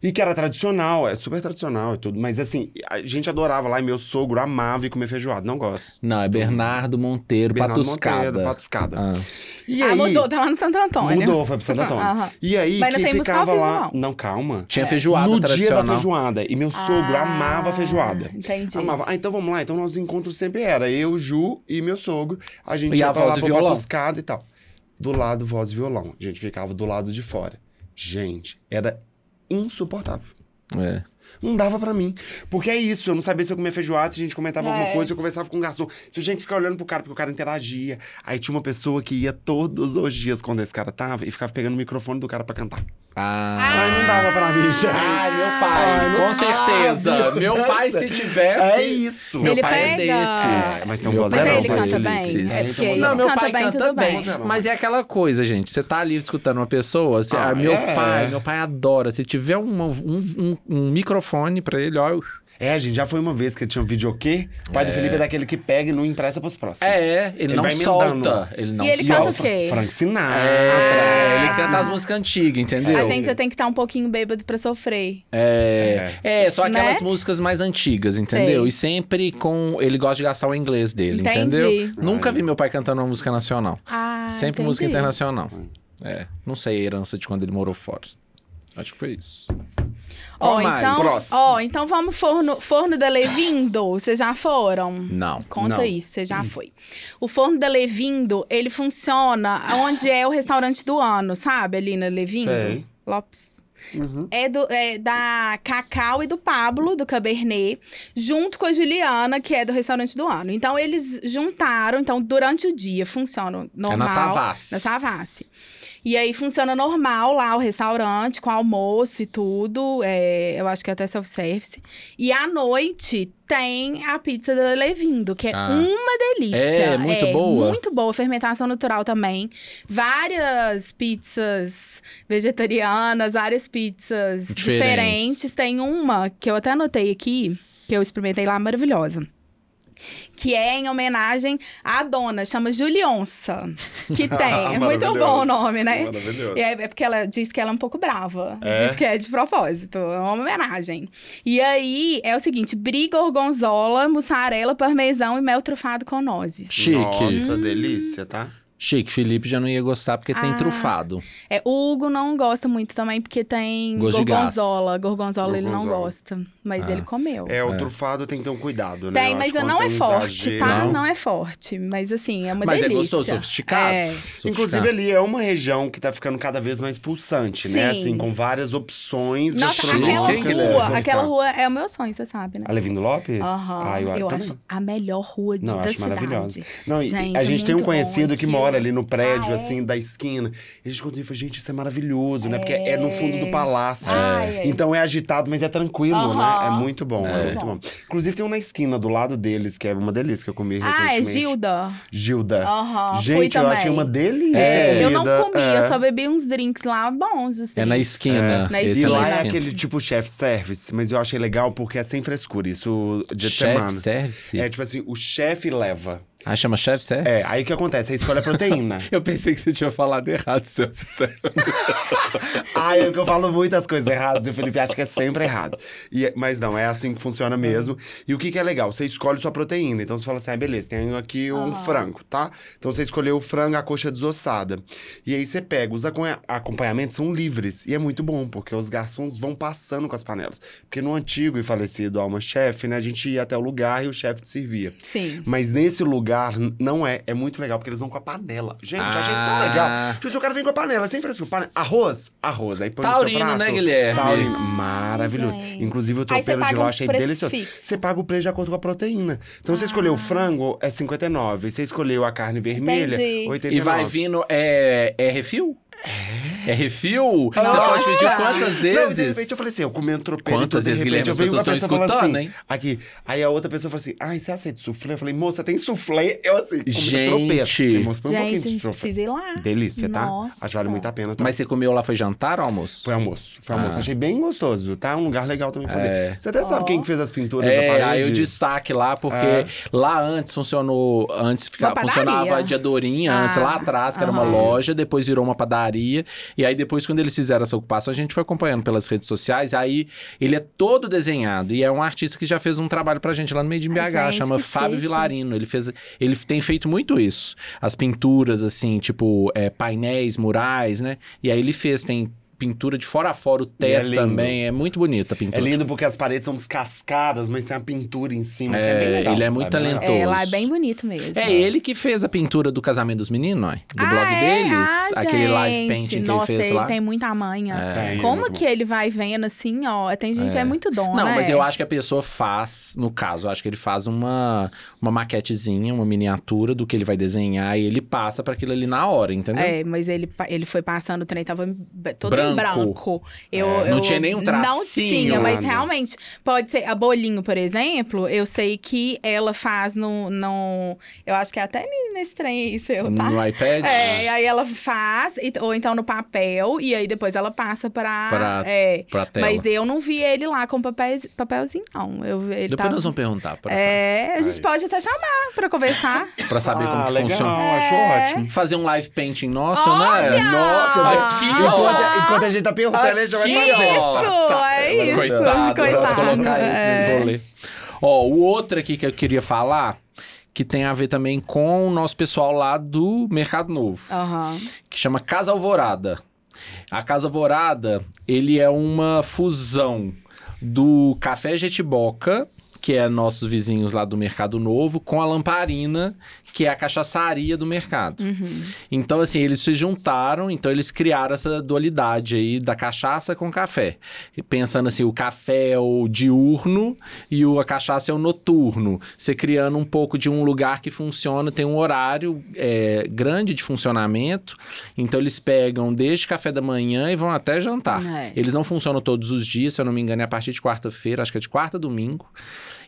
B: E que era tradicional, é super tradicional e tudo. Mas assim, a gente adorava lá e meu sogro amava ir comer feijoada. Não gosto.
D: Não, é Bernardo Monteiro,
B: Bernardo
D: Patuscada.
B: Monteiro, Patuscada.
D: Ah.
B: E
C: Ah,
B: aí,
C: mudou, tá lá no Santo Antônio.
B: Mudou, foi pro Santo Antônio.
C: Aham.
B: E aí,
C: Mas não
B: que
C: tem música ao
B: ficava
C: vivo,
B: lá.
C: não.
B: Não, calma.
D: Tinha feijoada
B: É. no dia
D: tradicional.
B: da feijoada. E meu sogro
C: Ah,
B: amava feijoada.
C: entendi.
B: Amava. Ah, então vamos lá. Então nosso encontro sempre era eu, Ju e meu sogro. A gente
D: E
B: ia
D: a
B: pra
D: voz
B: lá
D: e
B: pra
D: violão?
B: Patuscada e tal. Do lado, voz e violão. A gente ficava do lado de fora. Gente, era insuportável.
D: É.
B: Não dava pra mim. Porque é isso, eu não sabia se eu comia feijoada, se a gente comentava alguma
C: É.
B: coisa, se eu conversava com o garçom. Se eu tinha que ficar olhando pro cara, porque o cara interagia. Aí tinha uma pessoa que ia todos os dias quando esse cara tava e ficava pegando o microfone do cara pra cantar.
D: Ah.
B: Ai, não dava pra mim, gente.
D: Ai, meu pai,
B: Ai, não-
D: com certeza.
B: Ah,
D: meu
B: Deus.
D: pai, se tivesse.
B: É isso.
D: Meu
C: Ele
D: pai é
C: pega.
D: desses.
B: Ah, mas tem um
D: Meu
B: vozeirão
C: Mas
D: pai é
C: aí ele
B: pra
C: canta
B: eles.
C: bem.
D: desses.
C: É
B: Ele
C: porque
B: tem um
C: ele
D: Não, meu
C: canta
D: pai
C: bem,
D: canta
C: tudo
D: bem.
B: bem.
D: Mas é aquela coisa, gente. Você tá ali escutando uma pessoa. Você,
B: Ah,
D: ah, meu
B: é.
D: pai, meu pai adora. Se tiver um, um, um- um microfone pra ele, ó. eu-
B: É, gente, já foi uma vez que tinha um videokê. O pai do Felipe é daquele que pega e não empresta pros próximos.
D: É, é, ele,
B: Ele
D: não
B: vai emendando.
D: solta. Ele não
C: E ele
D: solta.
C: canta o quê?
B: Frank Sinatra.
D: É, ele
B: Ah,
D: canta as músicas antigas, entendeu?
C: A gente já tem que estar um pouquinho bêbado pra sofrer.
D: É, é só
C: Né?
D: aquelas músicas mais antigas, entendeu?
C: Sei.
D: E sempre com. Ele gosta de gastar o inglês dele,
C: Entendi.
D: entendeu? Nunca
B: Ai.
D: vi meu pai cantando uma música nacional.
C: Ah,
D: sempre
C: entendi.
D: música internacional. É, não sei a herança de quando ele morou fora. Acho que foi isso.
C: Ó,
D: Qual mais?
C: então,
B: Próximo.
C: ó, então vamos forno, forno da Levindo. Vocês já foram?
D: Não.
C: Conta
B: Não.
C: isso, você já foi. O forno da Levindo, ele funciona onde é o restaurante do ano, sabe? Ali na Levindo.
B: Sei.
C: Lopes. É, do, é da Cacau e do Pablo, do Cabernet, junto com a Juliana, que é do restaurante do ano. Então, eles juntaram, então, durante o dia, funciona normal.
D: Savassi.
C: Na Savassi. E aí, funciona normal lá o restaurante, com almoço e tudo. é, eu acho que é até self-service. E à noite tem a pizza da Levindo, que é
D: Ah.
C: uma delícia.
D: É, muito boa.
C: Muito boa, fermentação natural também. Várias pizzas vegetarianas, várias pizzas
D: Diferentes.
C: diferentes. Tem uma que eu até anotei aqui, que eu experimentei lá, maravilhosa. Que é em homenagem à dona, chama Julionça. Que tem. é muito bom o nome, né?
B: Maravilhoso.
C: E é, é porque ela diz que ela é um pouco brava.
B: É?
C: Diz que é de propósito. É uma homenagem. E aí é o seguinte: brie, gorgonzola, mussarela, parmesão e mel trufado com nozes.
D: Chique.
B: Nossa, delícia, tá?
D: Chique, Felipe já não ia gostar porque tem
C: Ah.
D: trufado.
C: É, o Hugo não gosta muito também, porque tem
D: Gosto de gás.
C: gorgonzola. Gorgonzola ele não
B: Gorgonzola.
C: gosta. Mas
D: Ah.
C: ele comeu.
B: É, o trufado tem que ter um cuidado, né?
C: Tem,
B: Eu
C: mas
B: acho
C: eu
B: que
C: não é
B: quando tem um
C: forte,
B: exagero-
C: tá?
D: Não.
C: Não. é forte. Mas assim, é uma
D: Mas é
C: delícia.
D: gostoso, sofisticado.
C: É.
D: Sofisticado.
B: Inclusive, ali é uma região que tá ficando cada vez mais pulsante, né?
C: Sim.
B: Assim, com várias opções
C: Nossa, aquela
B: gastronômicas. né? Vamos
C: rua,
B: ficar.
C: aquela rua é o meu sonho, você sabe, né?
B: Alevindo Lopes?
C: Aham,
B: é Ah, eu,
C: eu,
B: também.
C: acho a melhor rua de,
B: Não, eu
C: da
B: acho
C: cidade.
B: maravilhosa. Não, e
C: Gente,
B: a
C: é
B: gente tem um
C: muito bom
B: conhecido que
C: aquilo.
B: fora, ali no
E: Ah, é?
B: prédio, assim, da esquina. E a gente contou e falou, gente, isso é maravilhoso, né? Porque é no fundo do palácio.
E: Ai, ai.
B: Então é agitado, mas é tranquilo, né? É
E: Aham.
B: muito bom, é, muito bom. Inclusive tem um na esquina do lado deles, que é uma delícia que eu comi
C: Ah, é
B: recentemente.
C: Gilda.
B: Gilda.
E: Aham, fui
B: Gente, eu
E: também.
B: achei uma delícia.
D: É.
C: eu não
B: querida.
C: comi,
B: É.
C: eu só bebi uns drinks lá bons. os
D: É na
C: drinks.
D: esquina.
C: Na
D: esse
B: E
C: esquina.
B: lá
D: na
B: é
D: esquina.
B: aquele tipo chef service, mas eu achei legal porque é sem frescura, isso dia de
D: Chef
B: semana.
D: Service?
B: É tipo assim, o chefe leva.
D: Ah, chama Chef Service?
B: É, aí o que acontece? Aí escolhe a proteína.
D: Eu pensei que você tinha falado errado, seu
B: Ai, é que eu falo muitas coisas erradas e o Felipe acha que é sempre errado. E- mas não, é assim que funciona mesmo. E o que, que é legal? Você escolhe sua proteína. Então você fala assim: ah, beleza, tenho aqui um frango, tá? Então você escolheu o frango, a coxa desossada. E aí você pega, os acompanha- acompanhamentos são livres. E é muito bom, porque os garçons vão passando com as panelas. Porque no antigo e falecido Alma Chef, né, a gente ia até o lugar e o chefe te servia.
C: Sim.
B: Mas nesse lugar n- não é. É muito legal, porque eles vão com a panela. Gente, eu achei isso tão
D: Ah.
B: legal. Tipo, se o cara vem com a panela, sem frescura. Pane- Arroz? Arroz. Aí põe
D: Taurino,
B: no seu prato.
D: né, Guilherme?
B: Taurino. Maravilhoso.
E: gente.
B: Inclusive, o
E: Aí você
B: tropeiro de
E: paga
B: lá eu
E: um
B: achei
E: preço
B: delicioso.
E: fixo. Ah.
B: Você paga o preço de acordo com a proteína. Então, você escolheu o frango, é 59. Você escolheu a carne vermelha,
E: Entendi.
B: 89.
D: E vai vindo. É, é refil? É refil? Você pode pedir quantas
B: Não, e de repente
D: vezes?
B: eu falei assim, eu comi um tropeiro.
D: Quantas
B: então, de
D: vezes,
B: repente,
D: Guilherme,
B: eu
D: as
B: vejo
D: pessoas
B: uma
D: estão
B: pessoa falando
D: escutando,
B: assim,
D: hein?
B: Aqui. Aí a outra pessoa falou assim, ai, você aceita suflê? Eu falei, moça, tem suflê? Eu assim, comi
D: Gente.
B: tropeiro. Falei, moça, põe um pouquinho
C: Gente, a
B: de
C: gente
B: suflê.
C: precisa ir lá.
B: Delícia, tá?
C: Nossa.
B: Acho que vale muito a pena. Tá?
D: Mas você comeu lá, foi jantar ou almoço?
B: Foi almoço. Foi
D: Ah.
B: almoço. Achei bem gostoso, tá? Um lugar legal também pra fazer. Você até sabe quem que fez as pinturas da
D: É,
B: parede?
D: aí
B: É.
D: o destaque lá, porque lá antes funcionou. Antes fica-
C: Uma padaria.
D: funcionava a Diadorinha,
C: Ah,
D: antes lá atrás, que era uma
C: aham.
D: loja, depois virou uma padaria. E aí depois, quando eles fizeram essa ocupação, a gente foi acompanhando pelas redes sociais. Aí ele é todo desenhado. E é um artista que já fez um trabalho pra gente lá no meio de BH,
C: gente,
D: chama
C: que
D: Fábio
C: chique.
D: Vilarino. Ele, fez, ele tem feito muito isso. As pinturas, assim, tipo é, painéis, murais, né? E aí ele fez, tem. Pintura de fora a fora, o teto
B: lindo.
D: também. É muito bonita a
B: É
D: pintura.
B: lindo porque as paredes são descascadas, mas tem a pintura em cima. assim, É,
D: É,
B: bem legal.
D: ele é muito
B: bem legal.
D: talentoso.
C: É, lá é bem bonito mesmo.
D: É ele que fez a pintura do casamento dos meninos, não é? Do
C: Ah,
D: blog
C: é?
D: deles.
C: Ah,
D: aquele live
C: gente.
D: painting que
C: Nossa,
D: ele fez
C: ele
D: lá.
C: tem muita manha.
B: É, ele é
C: Como
B: muito bom.
C: que ele vai vendo assim, ó? Tem gente que é muito dom,
D: Não,
C: né?
D: mas eu acho que a pessoa faz, no caso, eu acho que ele faz uma, uma maquetezinha, uma miniatura do que ele vai desenhar e ele passa pra aquilo ali na hora, entendeu?
C: É, mas ele, pa- ele foi passando o trem, tava b- todo
D: Branco.
C: em branco. Eu,
D: É, não
C: eu-
D: tinha nenhum
C: Não
D: tracinho,
C: tinha, mas
B: nada.
C: realmente, pode ser. A Bolinho, por exemplo, eu sei que ela faz no. no eu acho que é até nesse trem aí seu, tá?
D: No iPad. né?
C: É, e aí ela faz, e- ou então no papel, e aí depois ela passa pra.
D: Pra
C: é,
D: Pra tela.
C: mas eu não vi ele lá com papéis, papelzinho, não. Eu, vi- ele
D: Depois
C: tava...
D: nós vamos perguntar pra,
C: tá É, a gente
B: Aí.
C: pode até chamar pra conversar.
D: pra saber
B: ah,
D: como que
B: legal,
D: funciona.
B: acho
C: É.
B: ótimo.
D: Fazer um live painting nosso,
C: Olha!
D: né?
B: Nossa,
D: Aqui,
B: enquanto, enquanto a gente tá perguntando, ele já vai
D: Aqui,
B: fazer.
D: ó.
C: Isso, é isso.
D: Tá. Coitado,
C: coitado.
D: vamos colocar isso
C: é.
D: nesse rolê. Ó, o outro aqui que eu queria falar, que tem a ver também com o nosso pessoal lá do Mercado Novo,
C: Aham.
D: que chama Casa Alvorada. A Casa Alvorada, ele é uma fusão do Café Jetiboca, que é nossos vizinhos lá do Mercado Novo, com a Lamparina, que é a cachaçaria do mercado. Então, assim, eles se juntaram, então eles criaram essa dualidade aí da cachaça com café. E Pensando assim, o café é o diurno e o- a cachaça é o noturno. Você criando um pouco de um lugar que funciona, tem um horário é, grande de funcionamento. Então, eles pegam desde café da manhã e vão até jantar.
C: É.
D: Eles não funcionam todos os dias, se eu não me engano, é a partir de quarta-feira, acho que é de quarta a domingo.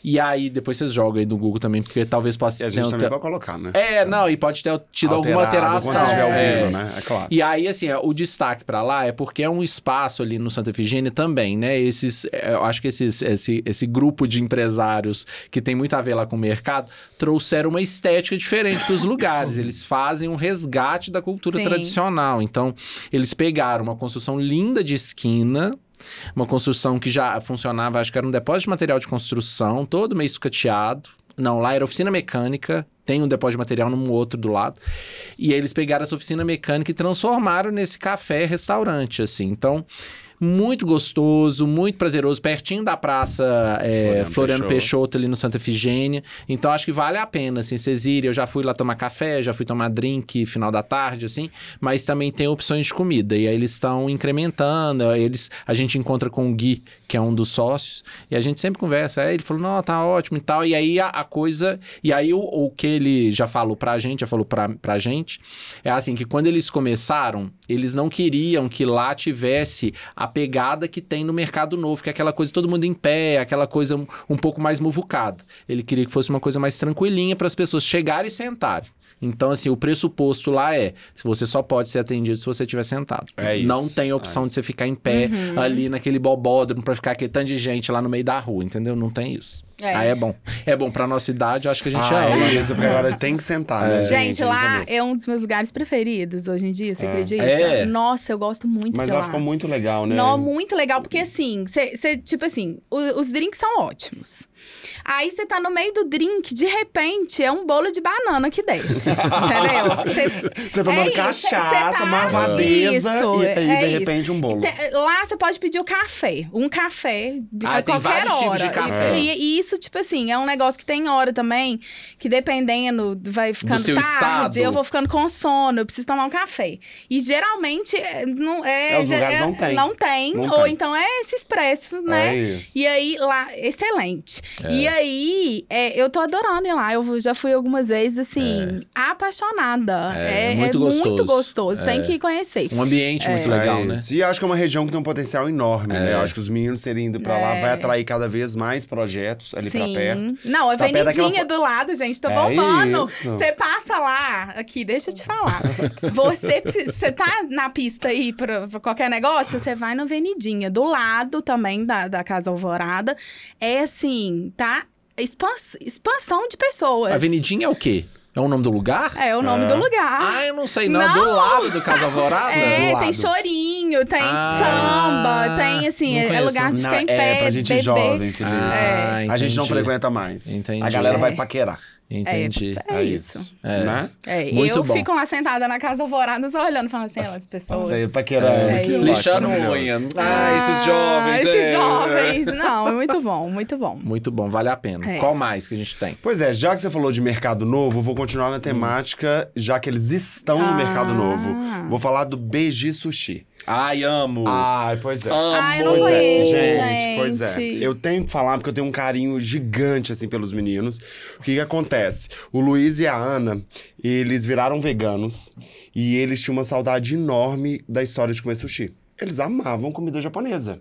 D: E aí, depois vocês jogam aí no Google também, porque talvez
B: E
D: possa
B: a
D: ter
B: gente
D: um-
B: também vai colocar, né?
D: é, não, e pode ter tido alguma
B: Alterado,
D: alteração.
B: Quando estiver ao
D: É.
B: vivo, né? É claro.
D: E aí, assim, é, o destaque pra lá é porque é um espaço ali no Santa Efigênia também, né? Esses, é, eu acho que esses, esse, esse grupo de empresários que tem muito a ver lá com o mercado trouxeram uma estética diferente pros lugares. Eles fazem um resgate da cultura
C: Sim.
D: tradicional. Então, eles pegaram uma construção linda de esquina. Uma construção que já funcionava, acho que era um depósito de material de construção, todo meio sucateado. Não, lá era oficina mecânica, tem um depósito de material num outro do lado. E aí eles pegaram essa oficina mecânica e transformaram nesse café restaurante, assim. Então, Muito gostoso, muito prazeroso, pertinho da praça é,
B: Floriano
D: Floriano,
B: Peixoto.
D: Peixoto. ali no Santa Efigênia. Então acho que vale a pena, assim, vocês irem. Eu já fui lá tomar café, já fui tomar drink final da tarde, assim. Mas também tem opções de comida. E aí eles estão incrementando. aí Eles, a gente encontra com o Gui, que é um dos sócios, e a gente sempre conversa. Aí ele falou, não, tá ótimo e tal. E aí a, a coisa... E aí o, o que ele já falou pra gente, já falou pra, pra gente, é assim, que quando eles começaram, eles não queriam que lá tivesse a pegada que tem no mercado novo, que é aquela coisa todo mundo em pé, aquela coisa um, um pouco mais muvucada. Ele queria que fosse uma coisa mais tranquilinha para as pessoas chegarem e sentarem. Então, assim, o pressuposto lá é: você só pode ser atendido se você estiver sentado.
B: É isso.
D: Não tem opção de você ficar em pé
C: Uhum.
D: ali naquele bobódromo pra ficar aquele tanto de gente lá no meio da rua, entendeu? Não tem isso.
C: É.
D: Aí é bom. É bom pra nossa idade, eu acho que a gente
B: ah,
D: ama. né? É.
B: é isso, porque agora tem que sentar, né,
C: Gente,
B: no
C: lá
B: começo.
C: é um dos meus lugares preferidos hoje em dia, você acredita?
D: É.
C: Nossa, eu gosto muito
B: Mas
C: de
B: lá
C: lá.
B: ficou muito legal, né?
C: Não, muito legal, porque assim, você, tipo assim, o- os, drinks são ótimos. Aí você tá no meio do drink, de repente, é um bolo de banana que desce. entendeu? Cê-
B: Você tomando
C: é isso,
B: cachaça,
C: cê tá-
B: marvadeza
C: Isso,
B: e aí,
C: é
B: de
C: isso.
B: repente, um bolo.
C: Te- Lá você pode pedir o café. Um café de
D: Ah,
C: a
D: tem
C: qualquer
D: vários tipos
C: hora.
D: de café.
C: E, e isso, tipo assim, é um negócio que tem hora também, que dependendo, vai ficando
D: seu
C: tarde,
D: estado.
C: eu vou ficando com sono, eu preciso tomar um café. E geralmente é, não é.
B: É, os
C: ge-
B: lugares
C: é-
B: não tem.
C: Não tem.
B: Não
C: ou
B: tem.
C: então é esse expresso,
B: É
C: né?
B: isso.
C: E aí, lá, excelente. E aí, é, eu tô adorando ir lá. Eu já fui algumas vezes, assim, apaixonada.
D: É, muito gostoso.
C: gostoso, Tem
D: É.
C: que conhecer.
D: Um ambiente muito legal,
B: É
D: né?
B: isso. E acho que é uma região que tem um potencial enorme, né?
D: É.
B: Eu acho que os meninos serem indo pra lá
C: É.
B: vai atrair cada vez mais projetos ali pra perto.
C: Não, a
B: Pra perto daquela
C: avenidinha
B: fo-
C: do lado, gente, tô
B: É
C: bombando.
B: isso.
C: Você passa lá, aqui, deixa eu te falar. você, você tá na pista aí pra, pra qualquer negócio, você vai na avenidinha, do lado também da, da Casa Alvorada. É assim, tá? Expans- expansão de pessoas.
D: Avenidinha é o quê? É o nome do lugar?
C: É o nome
B: É.
C: do lugar.
D: Ah, eu não sei, não. Do
C: Não!
D: lado do Casa Alvorada?
C: É,
D: Do lado.
C: tem chorinho, tem
D: Ah,
C: samba, tem assim,
D: não
C: é- é
D: conheço.
C: lugar de
B: Não,
C: ficar em pé,
B: é, pra gente
C: beber.
B: jovem, Felipe.
C: É.
D: Ah,
B: A gente não
D: entendi.
B: frequenta mais.
D: Entendi.
B: A galera
D: É.
B: vai paquerar.
D: Entendi.
C: É isso.
D: É.
B: Né?
C: É,
D: Muito
C: eu
D: bom.
C: fico lá sentada na casa alvorada, só olhando, falando assim, "Olha as
B: É,
C: pessoas.
B: Paquerando.
C: É
B: Que
C: isso.
B: eu acho
D: Lixando
B: maravilhoso.
D: unha. Ah, esses
C: Ah,
D: jovens.
C: Esses
D: é.
C: jovens. Não, é muito bom, muito bom.
D: Muito bom, vale a pena.
C: É.
D: Qual mais que a gente tem?
B: Pois é, já que você falou de mercado novo, vou continuar na temática, já que eles estão no
C: Ah.
B: mercado novo. Vou falar do BG Sushi.
D: Ai, amo.
B: Ai, pois é.
D: Amo.
C: Ai, não
B: Pois é,
C: conheço,
B: gente, pois é.
C: gente.
B: Eu tenho que falar porque eu tenho um carinho gigante, assim, pelos meninos. O que, que acontece? O Luiz e a Ana, eles viraram veganos e eles tinham uma saudade enorme da história de comer sushi. Eles amavam comida japonesa.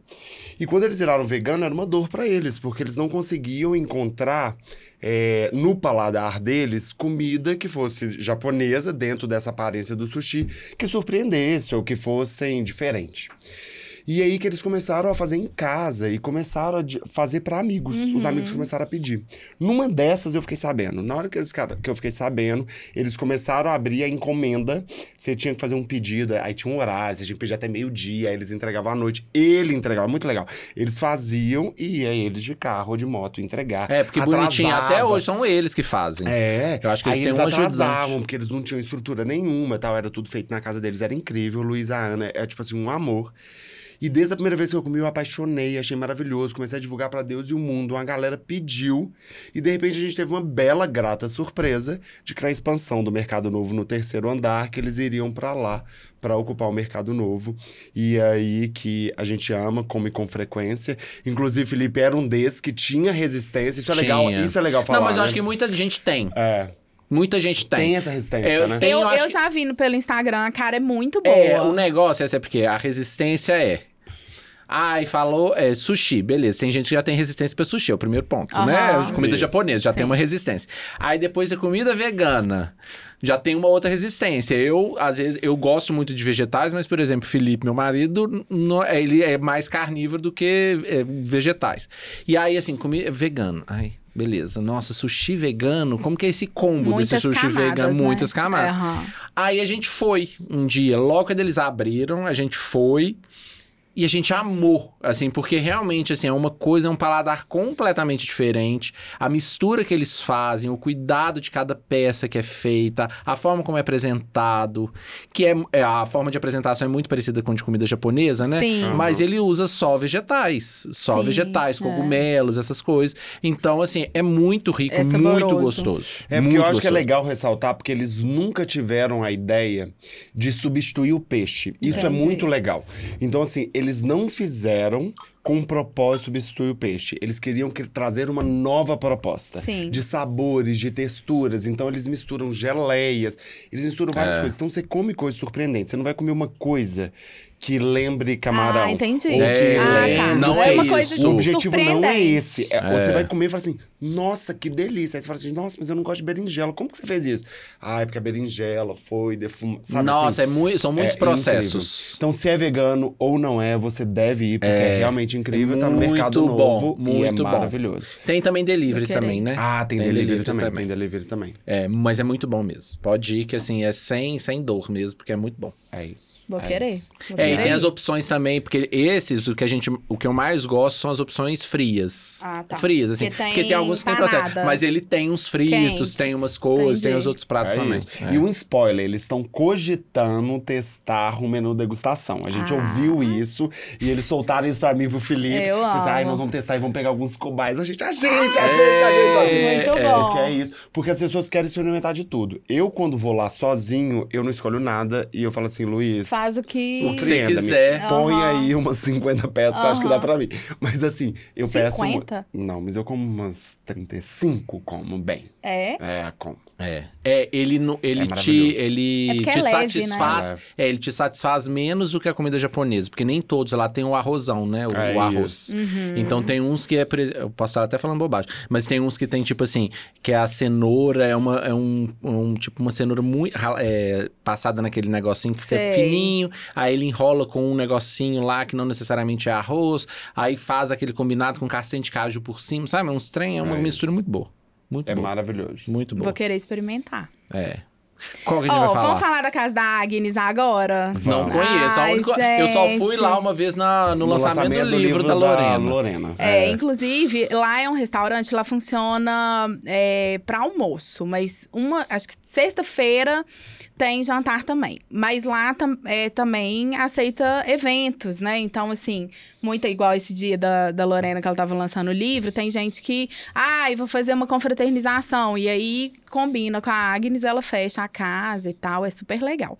B: E quando eles viraram vegano, era uma dor pra eles, porque eles não conseguiam encontrar é, no paladar deles comida que fosse japonesa dentro dessa aparência do sushi, que surpreendesse ou que fossem diferente. E aí que eles começaram a fazer em casa e começaram a de- fazer pra amigos. Os amigos começaram a pedir. Numa dessas eu fiquei sabendo. Na hora que, eles, cara- que eu fiquei sabendo, eles começaram a abrir a encomenda. Você tinha que fazer um pedido, aí tinha um horário, você tinha que pedir até meio-dia, aí eles entregavam à noite. Ele entregava, muito legal. Eles faziam e ia eles de carro ou de moto entregar.
D: É, porque bonitinho,
B: Atrasava.
D: até hoje são eles que fazem.
B: É,
D: Eu acho que
B: aí
D: eles têm um
B: eles atrasavam,
D: ajudante.
B: porque eles não tinham estrutura nenhuma, tal, era tudo feito na casa deles, era incrível. Luiz e a Ana é tipo assim um amor. E desde a primeira vez que eu comi, eu apaixonei, achei maravilhoso, comecei a divulgar pra Deus e o mundo. Uma galera pediu e de repente a gente teve uma bela grata surpresa de que na expansão do Mercado Novo no terceiro andar, que eles iriam pra lá pra ocupar o Mercado Novo. E aí que a gente ama, come com frequência. Inclusive, Felipe era um desses que tinha resistência. Isso é legal,
D: Tinha.
B: isso é legal falar.
D: não, mas eu
B: né?
D: acho que muita gente tem.
B: é.
D: Muita gente tem.
B: Tem essa resistência,
D: Eu
B: né?
D: tenho-
C: eu
D: eu acho
C: eu
D: que-
C: já vi no- pelo Instagram, a cara é muito boa.
D: É, o negócio é esse, é porque a resistência é. Ai, falou é, sushi, beleza. Tem gente que já tem resistência pra sushi, é o primeiro ponto,
C: Aham.
D: né? De Comida
B: Isso.
D: japonesa, já
C: Sim.
D: tem uma resistência. Aí depois a comida vegana, já tem uma outra resistência. Eu, às vezes, eu gosto muito de vegetais, mas, por exemplo, Felipe, meu marido, não- ele é mais carnívoro do que é, vegetais. E aí, assim, comida vegano. Ai, beleza. Nossa, sushi vegano, como que é esse combo
C: Muitas
D: desse sushi
C: camadas,
D: vegano?
C: né?
D: Muitas camadas.
C: Aham.
D: Aí a gente foi um dia, logo quando eles abriram, a gente foi. E a gente amou, assim, porque realmente, assim, é uma coisa, é um paladar completamente diferente. A mistura que eles fazem, o cuidado de cada peça que é feita, a forma como é apresentado, que é, é, a forma de apresentação é muito parecida com a de comida japonesa, né?
C: Sim.
B: Aham.
D: Mas ele usa só vegetais, só
C: Sim,
D: vegetais,
C: é.
D: cogumelos, essas coisas. Então, assim, é muito rico,
C: É
D: muito
C: saboroso.
D: gostoso.
B: É
D: muito
B: porque eu acho que é
D: gostoso.
B: legal ressaltar, porque eles nunca tiveram a ideia de substituir o peixe. Isso é
C: Entendi.
B: muito legal. Então, assim, eles não fizeram com o propósito de substituir o peixe. Eles queriam que- trazer uma nova proposta.
C: Sim.
B: De sabores, de texturas. Então, eles misturam geleias, eles misturam várias
D: É.
B: coisas. Então, você come coisas surpreendentes. Você não vai comer uma coisa que lembre camarão.
C: Ah, entendi.
B: Ou que
D: É,
C: ah,
B: lembre
C: tá.
D: não
C: é,
D: é
C: uma
D: isso.
C: coisa
B: o objetivo não é
C: surpreendente.
B: esse. É, Você vai comer e fala assim, nossa, que delícia. Aí você fala assim, nossa, mas eu não gosto de berinjela. Como que você fez isso? Ah, é porque a berinjela foi defumada. Sabe
D: Nossa,
B: assim?
D: é muito, são muitos
B: É
D: processos.
B: Então, se é vegano ou não é, você deve ir, porque é, realmente incrível. tá no
D: muito
B: mercado
D: bom,
B: novo e é
D: muito bom.
B: maravilhoso.
D: Tem também delivery
C: Tô querendo.
D: também, né?
B: Ah, tem, delivery, também, Tem delivery também.
D: É, mas é muito bom mesmo. Pode ir que assim, é sem, sem dor mesmo, porque é muito bom.
B: É isso.
C: Vou
B: é
C: querer.
B: isso.
C: Vou
D: É, e
C: querer.
D: tem as opções também, porque esses, o que a gente, o que eu mais gosto são as opções frias.
C: Ah, tá.
D: Frias, assim.
C: Porque tem
D: porque tem alguns que tem
C: empanada.
D: processo. Mas ele tem uns fritos,
C: Quentes.
D: tem umas coisas, tem
C: Entendi.
D: os outros pratos
B: É
D: também.
B: isso.
D: É.
B: E um spoiler, eles estão cogitando testar um menu degustação. A gente
C: Ah.
B: ouviu isso e eles soltaram isso pra mim e pro Felipe.
C: Eu
B: Pensaram, Ai,
C: amo.
B: nós vamos testar e vamos pegar alguns cobaias. A gente, a gente, a gente, a gente, a gente.
C: Muito
B: é,
C: bom.
B: Porque é isso. Porque as pessoas querem experimentar de tudo. Eu, quando vou lá sozinho, eu não escolho nada e eu falo assim, Luiz.
C: Faz o que.
D: O que você
B: Surpreenda-me.
D: quiser.
B: Põe
C: Aham.
B: aí umas 50 peças que eu acho que dá
C: Aham.
B: pra mim. Mas assim, eu peço. uma-
C: 50?
B: Não, mas eu como umas 35, como bem.
C: É.
B: É, como.
D: É. É, ele, não- ele
B: É
D: te,
B: maravilhoso.
D: ele
C: É porque é
D: te
C: leve, né?
D: satisfaz.
B: É
D: É, ele te satisfaz menos do que a comida japonesa, porque nem todos lá tem o arrozão, né? O,
B: É
D: o
B: isso.
D: arroz.
C: Uhum.
D: Então tem uns que é. pre- Eu posso estar até falando bobagem, mas tem uns que tem, tipo assim, que a cenoura é uma. É um, um tipo uma cenoura muito. ra- é, passada naquele negocinho que fica
C: Sei.
D: fininho, aí ele enrola com um negocinho lá que não necessariamente é arroz, aí faz aquele combinado com castanha de caju por cima, sabe? É uns trem, é uma
B: É
D: mistura
B: isso.
D: muito boa. Muito
B: É
D: boa.
B: maravilhoso.
D: Muito boa.
C: Vou querer experimentar.
D: É. Qual que a gente
C: Ó,
D: vai falar?
C: vamos falar da casa da Agnes agora?
D: Não
B: Vamos.
D: conheço. a
C: Ai,
D: única- Eu só fui
C: gente.
D: lá uma vez na- no, lançamento, do livro, da Lorena.
B: Lorena.
C: É, inclusive, lá é um restaurante, lá funciona é, para almoço, mas uma, acho que sexta-feira tem jantar também. Mas lá tam- é, também aceita eventos, né? Então, assim, muito igual esse dia da, da Lorena que ela tava lançando o livro, tem gente que, ai, vou fazer uma confraternização. E aí combina com a Agnes, ela fecha a casa e tal, é super legal.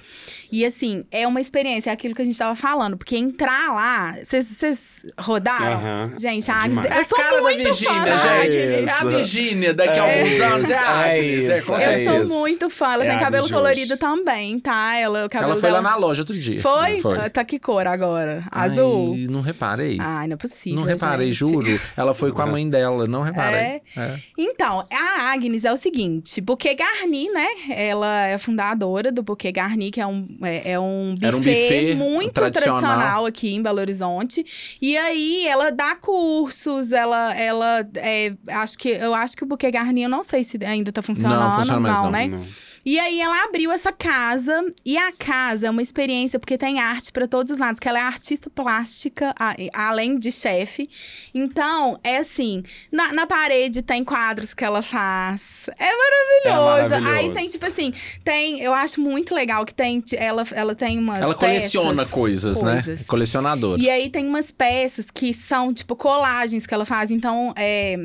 C: E assim, é uma experiência, é aquilo que a gente tava falando, porque entrar lá, vocês- vocês rodaram?
B: Aham.
C: Gente, a
B: Demais.
C: Agnes.
D: É
C: Eu sou
D: cara da
C: muito
D: Virgínia,
C: fã da
D: gente.
C: Agnes.
D: É a
B: Isso.
D: Virgínia, daqui a
B: É
D: alguns
B: isso,
D: anos. É a
B: é
D: Agnes, é,
B: isso,
D: com
B: é
D: certeza.
C: Eu sou
B: isso.
C: muito fã. Ela
B: É a
C: tem cabelo
B: Agnes
C: colorido
B: hoje.
C: também, tá? Ela, o cabelo
D: Ela foi lá
C: dela...
D: na loja outro dia.
C: Foi? Tá que cor agora? Azul?
D: Ai, não reparei.
C: Ai, não é possível.
D: não reparei,
C: gente.
D: juro. Ela foi com a mãe dela, não reparei. É.
C: Então, a Agnes é o seguinte: Buquê Garni, né? Ela é fundadora do Buquê Garni, que é um, é, é um buffet,
D: Era um buffet
C: muito
D: tradicional.
C: tradicional. aqui em Belo Horizonte. E aí ela dá cursos, ela. ela é, acho que, eu acho que o Buquê Garni, eu não sei se ainda tá funcionando,
D: Não,
C: não,
D: funciona mais não,
C: né?
B: Não.
C: E aí ela abriu essa casa e a casa é uma experiência porque tem arte para todos os lados, que ela é artista plástica, a- além de chefe. Então, é assim, na, na parede tem quadros que ela faz. É maravilhoso.
B: É maravilhoso.
C: Aí tem tipo assim, tem, eu acho muito legal que tem ti- ela ela tem umas
D: Ela coleciona
C: peças.
D: coisas, né?
C: coisas.
D: Colecionadora.
C: E aí tem umas peças que são, tipo, colagens que ela faz. Então, é.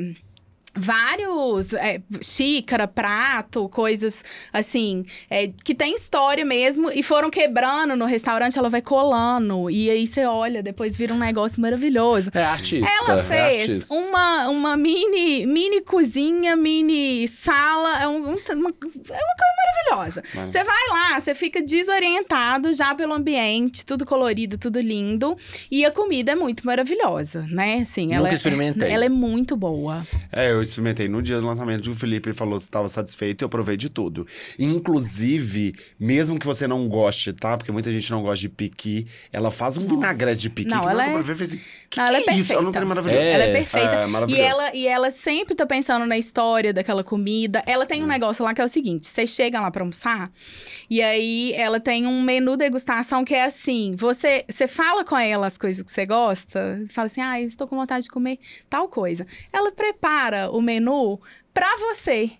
C: Vários é, xícara, prato, coisas assim, é, que tem história mesmo, e foram quebrando no restaurante, ela vai colando. E aí você olha, depois vira um negócio maravilhoso.
D: É artista.
C: Ela
D: é
C: fez um,
D: artista.
C: uma, uma mini, mini cozinha, mini sala. É, um- um- uma, é uma coisa maravilhosa.
B: Maravilha.
C: Você vai lá, você fica desorientado já pelo ambiente, tudo colorido, tudo lindo. E a comida é muito maravilhosa, né? Assim, ela
D: Nunca
C: é-
D: experimentei.
C: Ela é muito boa.
B: É, eu experimentei no dia do lançamento. O Felipe falou se estava satisfeito e eu provei de tudo. Inclusive, mesmo que você não goste, tá? Porque muita gente não gosta de piqui. Ela faz um vinagrete de piqui.
C: Não,
B: que
C: ela
B: eu
C: é-
B: provei, eu falei assim, que
C: Não, ela é
B: que Isso?
C: perfeita.
B: Ela não tem maravilhoso.
D: É.
C: Ela é perfeita.
B: É, maravilhoso.
C: e, ela, e ela sempre tá pensando na história daquela comida. Ela
D: Hum.
C: tem um negócio lá que é o seguinte: vocês chegam lá pra almoçar, e aí ela tem um menu degustação que é assim: você, você fala com ela as coisas que você gosta, fala assim, ah, estou com vontade de comer tal coisa. Ela prepara o menu pra você.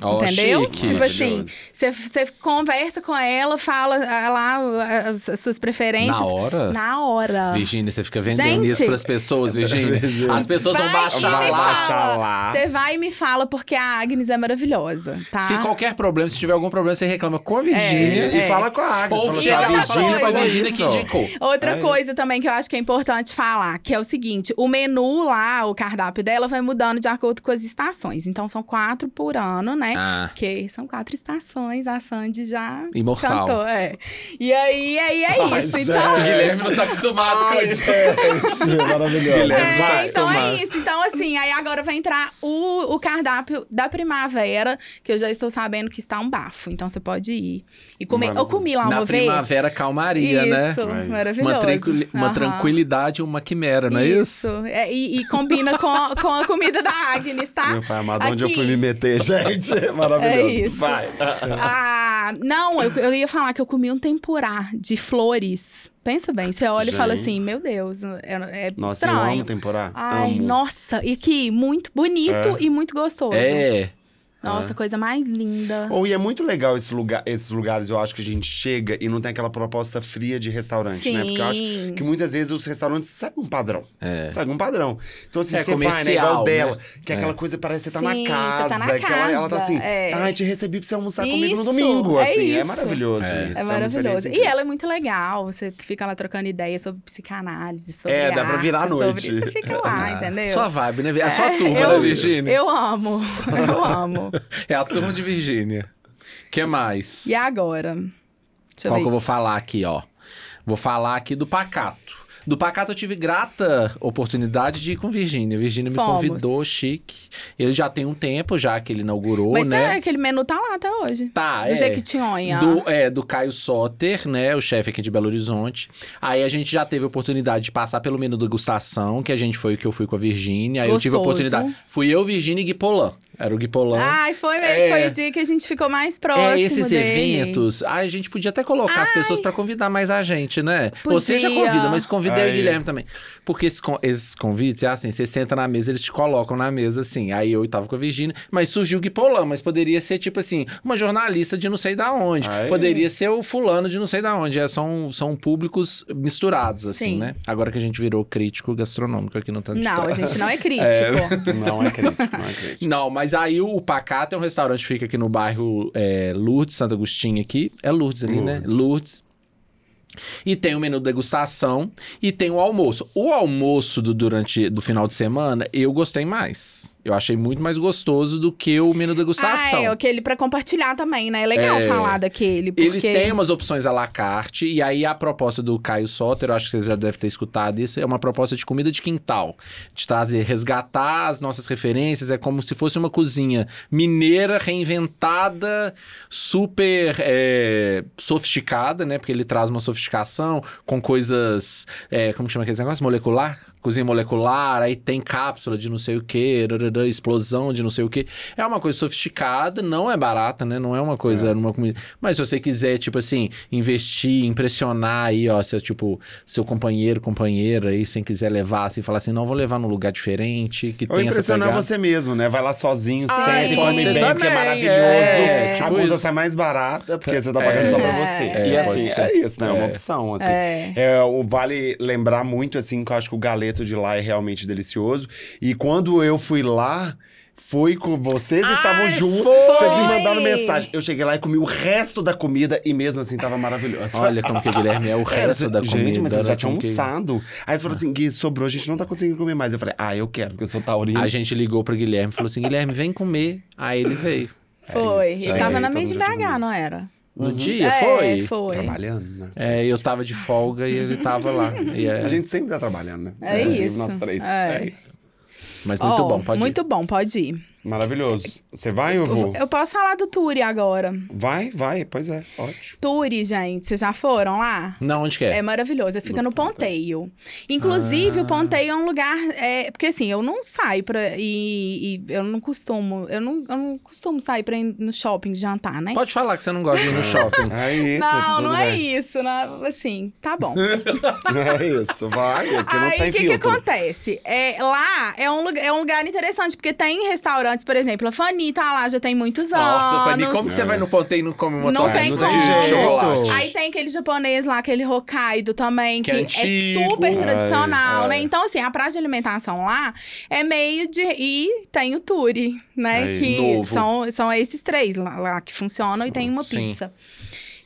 D: Ó,
C: Entendeu?
D: chique.
C: Tipo assim,
B: Maravilhoso.
C: você- você conversa com ela, fala ah, lá as, as suas preferências.
D: Na hora?
C: Na hora.
D: Virgínia, você fica vendendo
C: Gente!
D: isso pras pessoas, Virgínia. As pessoas vão
C: Vai
D: baixar
C: e me
D: lá.
B: baixar
C: fala.
B: lá.
C: Você vai e me fala, porque a Agnes é maravilhosa, tá? É,
D: Se qualquer problema, se tiver algum problema, você reclama com a Virgínia.
B: E fala com a Agnes.
D: Ou
B: fala
D: chega
B: assim,
D: lá
B: a
D: e fala assim,
B: Virgínia
D: foi a
B: faz
D: Virgínia que
B: isso.
D: indicou.
B: É
C: Outra
B: isso.
C: coisa também que eu acho que é importante falar, que é o seguinte: o menu lá, o cardápio dela vai mudando de acordo com as estações. Então são quatro por ano, né?
D: Ah,
C: Porque são quatro estações, a Sandy já
D: Imortal.
C: cantou, é. E aí, aí é
B: Ai,
C: isso. então,
B: gente.
D: Guilherme não tá acostumado com isso.
B: maravilhoso.
D: Guilherme,
C: É,
D: vai
C: então é
D: tomar.
C: isso. Então, assim, aí agora vai entrar o, o cardápio da primavera, que eu já estou sabendo que está um bafo. Então você pode ir e comer. Eu
B: Maravilha.
C: comi lá
D: Na
C: uma vez.
D: primavera, calmaria, né?
C: isso,
B: Aí.
C: maravilhoso.
D: Uma, tranquili- uma
C: Aham.
D: tranquilidade, uma quimera, não é isso?
C: É, e, e combina com, a- com a comida da Agnes, tá?
B: Meu pai amado, onde eu
C: Aqui.
B: fui me meter, gente? Maravilhoso.
C: É isso.
B: Vai.
C: Ah, não, eu, eu ia falar que eu comi um tempurá de flores. Pensa bem, você olha e fala
B: Gente.
C: assim, meu Deus, é, é
B: Nossa, eu
C: estranho.
B: amo temporada.
C: Ai,
B: amo.
C: nossa, e que muito bonito e muito gostoso.
D: É.
C: Nossa, coisa mais linda.
B: Ou e é muito legal esse lugar, esses lugares, eu acho que a gente chega e não tem aquela proposta fria de restaurante, né? Porque eu acho
C: Sim.
B: que muitas vezes os restaurantes seguem um padrão.
D: É.
B: Seguem um padrão. Então, assim,
D: É
B: você vai, né? Igual
D: comercial,
B: dela.
D: né?
B: Que é aquela coisa parece que você tá
C: Sim,
B: na
C: você tá
B: casa.
C: na
B: que ela, ela tá
C: casa,
B: assim,
C: é.
B: ai, te recebi pra você almoçar comigo
C: Isso,
B: no domingo.
C: é
B: Assim, é
C: isso.
B: maravilhoso
D: É.
B: isso.
C: É
B: uma
C: maravilhoso.
B: experiência
C: E
B: incrível.
C: ela é muito legal. Você fica lá trocando ideias sobre psicanálise, sobre
B: É, dá pra
C: arte,
B: virar à
C: sobre-
B: noite. Ah.
C: Você fica lá, entendeu?
D: Sua vibe, né? É a sua
C: É,
D: turma,
C: eu-
D: né, Virgínia?
C: Eu amo, eu amo.
D: É a turma de Virgínia. O que mais?
C: E agora? Deixa
D: Qual
C: eu
D: que eu
C: ver.
D: vou falar aqui, ó? Vou falar aqui do Pacato. Do Pacato eu tive grata oportunidade de ir com Virgínia. Virgínia me
C: Fomos.
D: convidou, chique. Ele já tem um tempo já que ele inaugurou,
C: Mas
D: né?
C: tá, aquele menu tá lá até hoje.
D: Tá,
C: do
D: é.
C: Jequitinhonha.
D: Do, é, do Caio Soter, né? O chefe aqui de Belo Horizonte. Aí a gente já teve a oportunidade de passar pelo menu degustação, que a gente foi, que eu fui com a Virgínia. Aí eu tive a
C: Gostoso.
D: oportunidade. Fui eu, Virgínia e Gui Polan. Era o Gui Polan.
C: Ai, foi mesmo.
D: É.
C: Foi o dia que a gente ficou mais próximo
D: É, esses
C: dele.
D: eventos, ai, a gente podia até colocar as pessoas pra convidar mais a gente, né? Você já
C: Podia.
D: convida, mas convida eu e o
B: Aí.
D: Guilherme também. Porque esses, con- esses convites, é assim, você senta na mesa, eles te colocam na mesa, assim. Aí eu tava com a Virgínia, mas surgiu o Gui Pollan, mas poderia ser, tipo assim, uma jornalista de não sei da onde.
B: Aí.
D: Poderia ser o fulano de não sei da onde. É, são, são públicos misturados, assim,
C: Sim.
D: né? Agora que a gente virou crítico gastronômico aqui no Tanto de
C: Não,
D: Tal.
C: a gente não é crítico.
B: Não é crítico, não é crítico.
D: Não, mas aí o Pacato é um restaurante que fica aqui no bairro é, Lourdes, Santo Agostinho aqui. É Lourdes ali, né?
B: Lourdes.
D: Lourdes. E tem o menu degustação e tem o almoço. O almoço do durante do final de semana eu gostei mais. Eu achei muito mais gostoso do que o menu degustação.
C: Ah, é, aquele pra compartilhar também, né? É legal
D: É.
C: falar daquele. Porque...
D: Eles têm umas opções à la carte, e aí a proposta do Caio Soter, eu acho que vocês já devem ter escutado isso, é uma proposta de comida de quintal. De trazer, resgatar as nossas referências, é como se fosse uma cozinha mineira, reinventada, super é, sofisticada, né? Porque ele traz uma sofisticação com coisas, é, como chama aquele negócio? Molecular? Cozinha molecular, aí tem cápsula de não sei o que, explosão de não sei o que. É uma coisa sofisticada, não é barata, né? Não é uma coisa, uma comida. Mas se você quiser, tipo assim, investir, impressionar aí, ó, seu tipo, seu companheiro, companheira aí, sem quiser levar, assim, falar assim, não, vou levar num lugar diferente, que
B: Ou
D: tem essa
B: impressionar
D: pegada.
B: você mesmo, né? Vai lá sozinho,
D: Ah,
B: senta
C: é.
B: e come
C: Você
B: bem, porque é
D: também,
B: maravilhoso.
D: é,
B: a
D: tipo
B: conta
D: isso.
B: sai mais barata, porque você tá pagando só pra
C: É.
B: você.
C: É,
B: e assim,
D: pode ser.
B: é isso, né? É uma
D: É.
B: opção, assim.
C: É.
B: É, o- vale lembrar muito, assim, que eu acho que o galeto de lá é realmente delicioso. E quando eu fui lá, foi com vocês,
D: Ai,
B: estavam juntos.
D: foi!
B: Vocês me mandaram mensagem. Eu cheguei lá e comi o resto da comida e mesmo assim tava maravilhoso.
D: Olha como que o Guilherme é o
B: Era, assim,
D: resto da comida.
B: Gente, mas eu
D: era
B: já tinha
D: como que-
B: almoçado. Aí eles falaram assim, Gui, sobrou, a gente não tá conseguindo comer mais. Eu falei, ah, eu quero, porque eu sou taurino.
D: A gente ligou pro Guilherme e falou assim: Guilherme, vem comer. Aí ele veio.
C: Foi.
B: isso.
C: e
B: É,
C: tava na
B: todo
C: mesa de
B: mundo junto.
C: BH, não era?
B: Uhum.
D: No dia,
C: é,
D: foi. Tá
C: foi. assim.
B: Trabalhando, né?
D: É, eu tava de folga e ele tava lá. E é-
B: A gente sempre tá trabalhando, né?
C: É
B: Inclusive,
C: isso.
B: Nós três.
C: É.
B: É isso.
D: Mas muito
C: Ó,
D: bom, pode
C: Muito bom, pode ir.
B: Maravilhoso. Você vai ou eu vou?
C: Eu posso falar do Turi agora.
B: Vai, vai. Pois é, ótimo.
C: Turi, gente, vocês já foram lá?
D: ir. Não, onde que é?
C: É maravilhoso, fica no Ponteio.
B: Ah.
C: Inclusive, o Ponteio é um lugar. é, porque assim, eu não saio pra. E, e eu não costumo. Eu não, eu não costumo sair pra ir no shopping jantar, né?
D: Pode falar que você não gosta de ir no shopping.
B: É isso.
C: não,
B: tudo
C: não é
B: bem.
C: isso, né? Assim, tá bom.
B: É isso, vai. Aqui não
C: Aí
B: tem
C: o que, que
B: filtro.
C: acontece? É, lá é um, lugar, é um lugar interessante, porque tem restaurantes, por exemplo, a Fanny tá lá já tem muitos
D: Nossa,
C: anos.
D: Fanny, como que você vai no ponteio e não come uma
C: Ah, Não
D: torta
C: tem
D: de
C: como.
D: chocolate?
C: Aí tem aquele japonês lá, aquele Hokkaido também,
D: Que
C: que,
D: é
C: é,
D: antigo.
C: super
D: Ai,
C: tradicional,
D: ai.
C: né? Então, assim, a praça de alimentação lá é meio de. E tem o Turi, né?
B: Aí,
C: que
D: novo.
C: são, são esses três lá, lá que funcionam e tem uma
D: Sim.
C: pizza.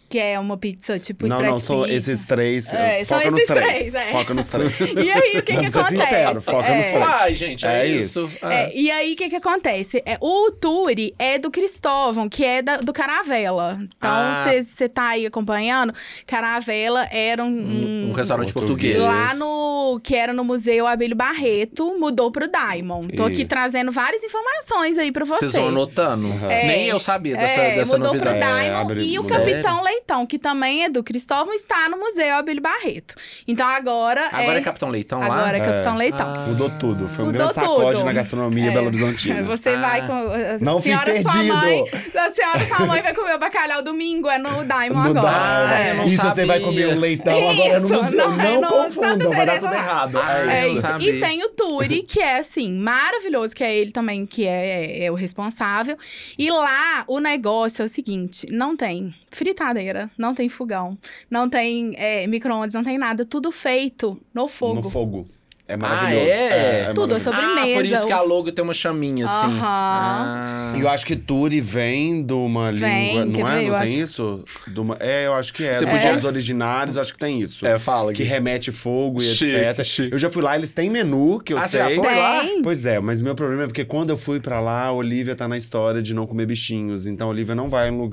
C: Que é uma pizza tipo
B: Não,
C: express
B: não, são
C: pizza.
B: esses três. eh,
C: É,
B: foca
C: são
B: nos
C: esses
B: três.
C: três, é.
B: Foca nos três.
C: E aí, o que, que
B: Vamos ser
C: acontece?
B: sincero, foca nos
C: É.
B: três.
D: Ai, gente, é,
B: É
D: isso.
B: isso.
D: Ah.
C: É, e aí, o que que acontece? É, o Turi é do Cristóvão, que é da- do Caravela. Então,
D: Ah.
C: você tá aí acompanhando. Caravela era um- um,
D: Um restaurante
B: Português.
D: português.
C: Lá no. que era no Museu Abílio Barreto, mudou pro Diamond. Tô aqui
B: Isso.
C: trazendo várias informações aí pra vocês.
D: Vocês vão anotando.
B: É.
D: Nem eu sabia dessa,
C: é,
D: dessa
C: mudou
D: novidade.
C: pro
B: É,
C: Diamond
B: abre-
C: e o
B: mudou.
C: Capitão Leitão, que também é do Cristóvão, está no Museu Abílio Barreto. Então agora,
D: Agora é,
C: é,
D: Capitão Leitão lá?
C: agora é Capitão Leitão.
D: Ah.
B: Mudou tudo. Foi um
C: Mudou
B: grande sacode
C: tudo.
B: na gastronomia
C: É.
B: Belo né? Horizontina.
C: Você
D: Ah.
C: vai com. A
B: Não fique
C: senhora, sua
B: perdido.
C: mãe. A senhora, sua mãe vai comer o bacalhau domingo, é no Diamond
B: Não
C: agora.
B: dá.
D: Ah, eu não
B: né? Isso
D: sabia.
B: você vai comer um leitão agora no
C: Isso,
B: museu.
C: não,
B: Não,
C: é no Santa
B: confundam, vai dar
C: Teresa.
B: tudo errado.
D: Ah,
C: É
D: eu não
C: isso.
D: sabia.
C: E tem o Turi, que é assim, maravilhoso, que é ele também que é, é o responsável. E lá o negócio é o seguinte: não tem fritadeira, não tem fogão, não tem é, micro-ondas, não tem nada. Tudo feito no fogo.
B: No fogo. É maravilhoso.
D: Ah, é?
C: Tudo, é
B: maravilhoso.
C: sobremesa,
D: Ah, por isso que
C: o-
D: a logo tem uma chaminha, assim.
C: Aham.
D: Ah.
B: E eu acho que Turi vem de uma
C: Vem,
B: língua.
C: quer
B: Não
C: ver?
B: é?
C: Eu
B: Não tem isso? De uma- É, eu acho que é.
D: Você
B: Você
D: podia-
B: podia... Os originários, acho que tem isso.
D: É, fala.
B: Que
D: Gui.
B: remete fogo e
D: Chique,
B: etc.
D: chique.
B: Eu já fui lá, eles têm menu, que eu
D: Ah, você
B: sei.
D: já foi lá?
C: Tem.
B: Pois é, mas meu problema é porque quando eu fui pra lá, a Olivia tá na história de não comer bichinhos. Então a Olivia não vai em, lu-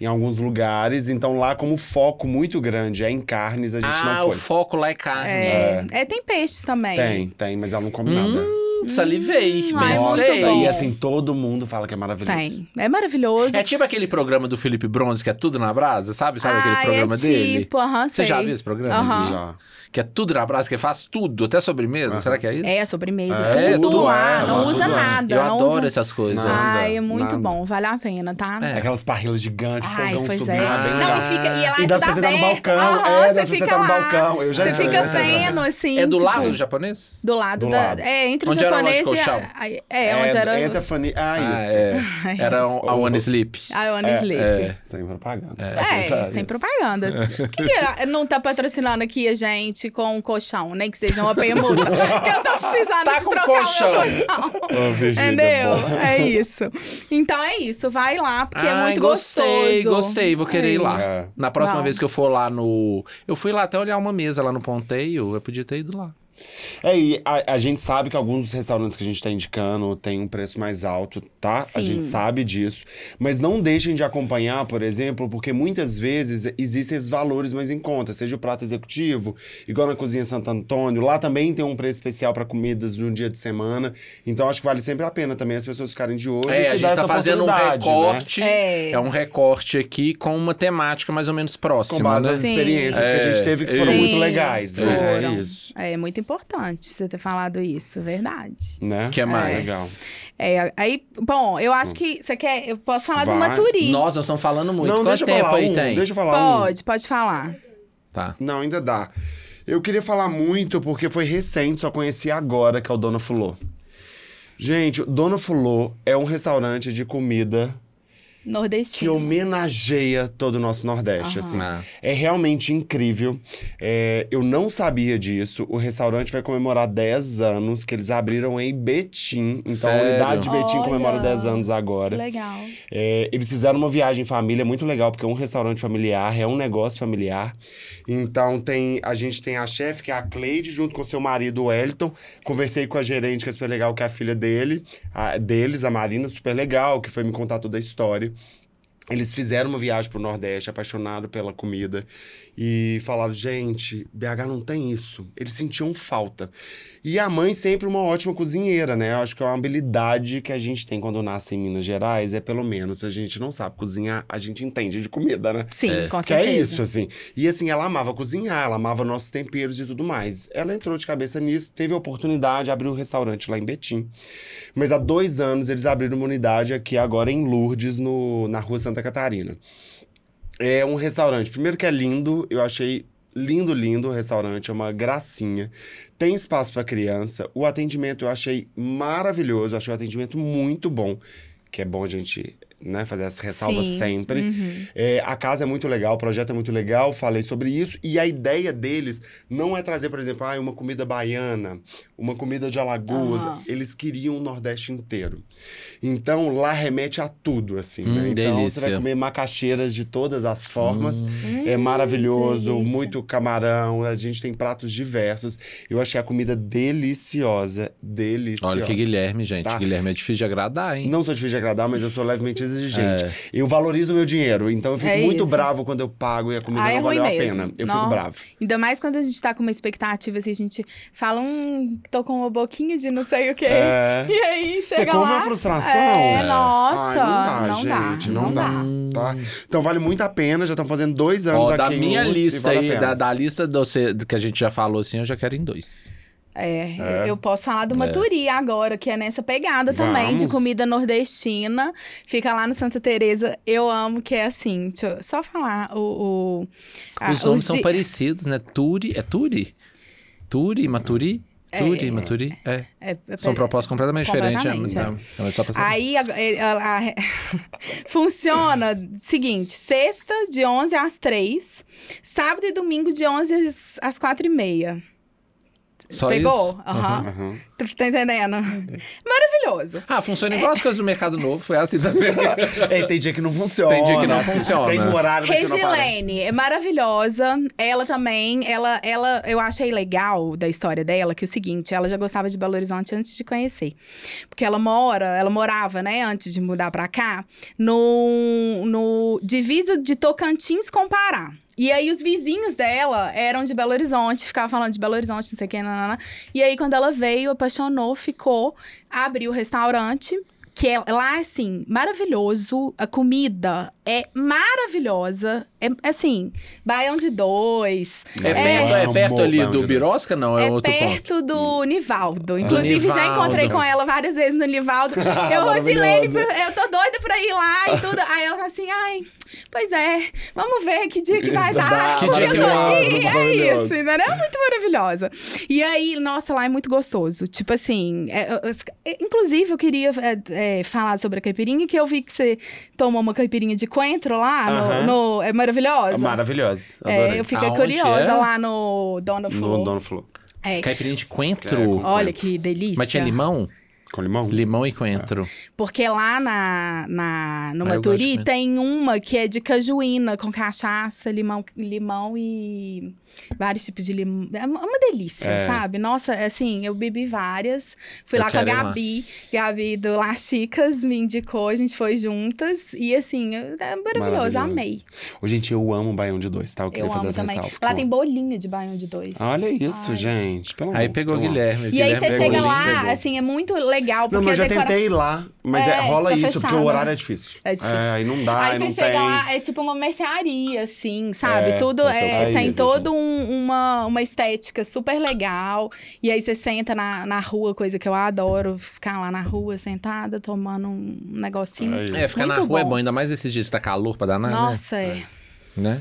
B: em alguns lugares. Então lá, como o foco muito grande é em carnes, a gente
D: Ah,
B: não
D: o
B: foi.
D: foco lá é carne.
C: É, é, tem peixes também.
B: Tem, tem, mas ela não come nada.
D: Hum, salivei,
C: Hum, ai, muito
D: pensei.
B: Nossa,
C: bom.
B: e assim, todo mundo fala que é maravilhoso.
C: Tem. É maravilhoso.
D: É tipo aquele programa do Felipe Bronze, que é tudo na brasa, sabe? Sabe aquele
C: Ai,
D: programa
C: é
D: dele?
C: Tipo, aham,
D: Você
C: sei.
D: já viu esse programa?
C: Aham.
B: Uhum, Já.
D: Que é tudo na brasa, que faz tudo, até sobremesa.
B: Aham.
D: Será que é isso?
C: É, a sobremesa.
D: É,
C: tudo,
D: tudo
C: lá.
B: é,
C: não
B: lá tudo
C: usa
B: é.
C: nada.
D: Eu
C: não
D: adoro
C: usa...
D: essas coisas.
B: Não.
C: Ai,
B: nada,
C: é muito
B: nada.
C: bom. Vale a pena, tá?
D: É.
B: Aquelas parrilhas gigantes,
C: Ai,
B: fogão
C: pois
B: subindo,
C: é.
B: lá bem
C: não,
B: legal.
C: e fica. E,
B: E
C: lá é
B: dá
C: tudo
B: pra você sentar no
C: aberto.
B: balcão.
C: Aham,
B: É, dá pra você
C: fica
B: sentar no
C: lá.
B: balcão. É, Eu já
C: Você
B: fui.
C: fica vendo, assim.
D: É do
C: tipo,
D: lado do japonês?
C: Do lado
B: Do
C: da.
B: lado.
C: É, entre o
D: Onde era o
C: japonês e.
D: lanche-colchão?
C: a- a- É, onde era.
B: Entra a Fanny. Ah,
D: Ah,
B: isso.
D: é.
C: Ai,
D: Era um, a
B: Ou-
D: One Sleep.
C: I wanna sleep.
D: É.
B: Sem propaganda. Tá
C: É, sem propagandas. Por que, que a- não tá patrocinando aqui a gente com um colchão, nem que seja uma permuta? que eu tô precisando
D: Tá
C: de
D: com
C: trocar
D: colchão.
C: o meu colchão. Entendeu? É isso. Então é isso, vai lá, porque é
D: Ai,
C: muito
D: gostei,
C: gostoso.
D: gostei, vou querer ir lá.
B: É.
D: Na próxima
C: Não.
D: vez que eu for lá no. Eu fui lá até olhar uma mesa lá no Ponteio, eu podia ter ido lá.
B: É, e a, a gente sabe que alguns dos restaurantes que a gente tá indicando tem um preço mais alto, tá? A
C: Sim.
B: gente sabe disso. Mas não deixem de acompanhar, por exemplo, porque muitas vezes existem esses valores mais em conta, seja o prato executivo, igual na Cozinha Santo Antônio. Lá também tem um preço especial para comidas de um dia de semana. Então acho que vale sempre a pena também as pessoas ficarem de olho e
D: É,
B: se
D: a
B: dar
D: gente
B: essa
D: tá fazendo um
B: oportunidade, né?
D: recorte.
C: É.
D: um recorte aqui com uma temática mais ou menos próxima.
B: Com base assim.
D: né?
B: nas
C: Sim.
B: experiências que a gente teve que foram
C: Sim.
B: muito legais, né?
C: Foram.
B: É isso.
C: É muito importante você ter falado isso, verdade.
B: Né?
D: Que é mais.
B: Legal.
C: É, aí, bom, eu acho que você quer. Eu posso falar do
B: Vai.
C: Maturi.
D: Nós, nós estamos falando muito.
B: Não,
D: Quanto
B: deixa eu
D: tempo
B: falar
D: aí
B: um.
D: tem?
B: Deixa eu falar um.
C: Pode, pode falar.
D: Tá.
B: Não, ainda dá. Eu queria falar muito porque foi recente, só conheci agora, que é o Dona Fulô. Gente, o Dona Fulô é um restaurante de comida que
C: Nordestino.
B: homenageia todo o nosso Nordeste, assim.
D: Ah.
B: É realmente incrível. É, eu não sabia disso. O restaurante vai comemorar 10 anos, que eles abriram em Betim. Então,
D: Sério?
B: a unidade de Betim
C: Olha.
B: comemora 10 anos
C: Que
B: agora.
C: Legal.
B: É, eles fizeram uma viagem em família muito legal, porque é um restaurante familiar, é um negócio familiar. Então tem a gente tem a chefe, que é a Cleide, junto com seu marido, o Elton. Conversei com a gerente, que é super legal, que é a filha dele, a- deles, a Marina, super legal, que foi me contar toda a história. Eles fizeram uma viagem pro Nordeste, apaixonado pela comida, e falaram: gente, BH não tem isso. Eles sentiam falta. E a mãe sempre uma ótima cozinheira, né? Eu acho que é uma habilidade que a gente tem quando nasce em Minas Gerais, é pelo menos, se a gente não sabe cozinhar, a gente entende de comida, né?
C: Sim,
D: É.
C: com
B: Que é
C: certeza.
B: isso, assim. E assim, ela amava cozinhar, ela amava nossos temperos e tudo mais. Ela entrou de cabeça nisso, teve a oportunidade, abriu um restaurante lá em Betim. Mas há dois anos eles abriram uma unidade aqui agora em Lourdes, no, na rua Santa Catarina. É um restaurante. Primeiro que é lindo, eu achei lindo, lindo o restaurante, é uma gracinha. Tem espaço para criança. O atendimento eu achei maravilhoso, eu achei o atendimento muito bom. Que é bom a gente né, fazer essa ressalva
C: Sim.
B: sempre.
C: Uhum.
B: É, a casa é muito legal, o projeto é muito legal, falei sobre isso. E a ideia deles não é trazer, por exemplo, ah, uma comida baiana, uma comida de Alagoas.
C: Aham.
B: Eles queriam o Nordeste inteiro. Então, lá remete a tudo, assim,
D: Hum,
B: né? Então,
D: delícia.
B: você vai comer macaxeiras de todas as formas. É maravilhoso,
C: Hum. delícia.
B: muito camarão. A gente tem pratos diversos. Eu achei a comida deliciosa, deliciosa.
D: Olha que Guilherme, gente.
B: Tá.
D: Guilherme é difícil de agradar, hein?
B: Não sou difícil de agradar, mas eu sou levemente exigente.
D: É.
B: Eu valorizo o meu dinheiro, então eu fico
C: É
B: muito
C: isso.
B: bravo quando eu pago e a comida
C: Ah, é
B: não
C: ruim
B: valeu a
C: mesmo.
B: pena. Eu
C: Não.
B: fico bravo.
C: Ainda mais quando a gente tá com uma expectativa, assim, a gente fala, hum, tô com uma boquinha de não sei o quê.
B: É.
C: E aí,
B: Você
C: chega
B: come
C: lá...
B: a frustração?
C: É,
B: Ai,
C: nossa,
B: não dá, gente, não,
C: não
B: dá.
C: dá.
B: Tá? Então vale muito a pena, já estão fazendo dois anos
D: Hum. Ó,
B: aqui.
D: da
B: em
D: minha
B: Lourdes, e
D: lista
B: vale a
D: aí,
B: pena.
D: da, da lista doce, que a gente já falou assim, eu já quero em dois.
C: É, eu posso falar de uma turi agora, que é nessa pegada também, de
B: Vamos.
C: comida nordestina. Fica lá no Santa Teresa. Eu amo que é assim, deixa eu só falar Ah, o... o a-
D: os nomes são
C: di-
D: parecidos, né? Turi, é Turi? Turi, Maturi? Turi, Maturi, é.
C: é, é,
D: São propostas completamente, diferentes.
C: Completamente,
D: É, é. só pra saber.
C: Aí a- é, a- a- funciona seguinte: sexta de 11 às 3, sábado e domingo de 11 às, às 4 e meia.
D: Só
C: Pegou?
D: isso?
C: Aham.
B: Aham.
C: Tá, tá entendendo? Maravilhoso.
D: Ah, funciona
C: É.
D: igual as coisas do Mercado Novo, foi assim também.
B: É, tem dia que não funciona.
D: Tem dia que não
B: assim,
D: funciona.
B: Tem um horário que você não aparece.
C: Regilene é maravilhosa. Ela também, ela, ela, eu achei legal da história dela que é o seguinte, ela já gostava de Belo Horizonte antes de conhecer, porque ela mora, ela morava, né, antes de mudar pra cá, no, no divisa de Tocantins com Pará. E aí os vizinhos dela eram de Belo Horizonte, ficavam falando de Belo Horizonte, não sei o que, nanana. E aí quando ela veio, apaixonou, ficou, abriu o restaurante. Que é lá, assim, maravilhoso. A comida é maravilhosa. É, assim, baião de dois.
D: É perto, é perto ali
B: um
D: do Birosca? Não, é,
C: É
D: outro ponto. É.
C: perto do Nivaldo. Inclusive, já
D: Nivaldo.
C: encontrei com ela várias vezes no Nivaldo. Eu, Rosilene, eu tô doida pra ir lá e tudo. Aí ela tá assim, ai, pois é, vamos ver que dia que vai
B: Dá,
C: dar.
D: que
C: porque
D: dia que
C: eu tô
D: eu tá
C: aqui.
B: uso,
C: É
B: maravilhoso.
C: isso, né? É muito maravilhosa. E aí, nossa, lá é muito gostoso. Tipo assim, é, é, é, inclusive eu queria é, é, falar sobre a caipirinha, que eu vi que você tomou uma caipirinha de coentro lá.
B: Aham.
C: no- no- é maravilhosa.
B: Maravilhoso.
C: É,
B: Adorei.
C: eu fiquei
D: Aonde
C: curiosa
D: é?
C: lá no Dona Flor.
B: No Dono Flu.
C: É,
D: Caipirinha de
B: É,
D: coentro.
B: com-
C: Olha que delícia.
D: Mas tinha limão?
B: Com limão?
D: Limão e coentro.
C: Porque lá na, na, no
D: Ah, eu gosto
C: Maturi
D: mesmo.
C: tem uma que é de cajuína, com cachaça, limão, limão e vários tipos de limão. É uma- uma delícia,
B: É.
C: sabe? Nossa, assim, eu bebi várias. Fui
D: Eu
C: lá com a
D: quero ir lá.
C: Gabi, Gabi do Las Chicas me indicou, a gente foi juntas. E assim, é maravilhoso, amei.
B: Ô, gente, eu amo o Baião de Dois, tá? Eu queria
C: Eu
B: fazer
C: amo
B: essa
C: também.
B: ressalva.
C: Lá
B: que eu
C: tem bolinho de baião de dois.
B: amo. Olha isso,
C: Ai.
B: gente. Pelo
D: Aí
B: amor,
D: pegou
B: eu
D: o
B: amo.
D: Guilherme.
C: E aí
D: Ah, Guilherme
C: você
D: pegou
C: chega
D: o
C: lá,
D: Guilherme.
C: assim, é muito legal, porque
B: Não, mas eu
C: a decora-
B: tentei ir lá, mas é,
C: É,
B: rola
C: tá
B: isso, porque
C: fechado.
B: o horário é difícil.
C: É difícil.
B: aí não dá, aí,
C: Aí
B: não
C: você
B: tem.
C: chega lá, é tipo uma mercearia, assim, sabe?
B: É,
C: Tudo
B: com
C: é,
B: certeza.
C: tem
B: Isso.
C: toda uma, uma estética super legal. E aí você senta na, na rua, coisa que eu adoro, ficar lá na rua sentada, tomando um negocinho.
B: Aí. né?
D: É, ficar na
C: Muito
D: rua é
C: bom.
D: bom, ainda mais esses dias que tá calor pra danar,
C: Nossa, é.
D: né? Né?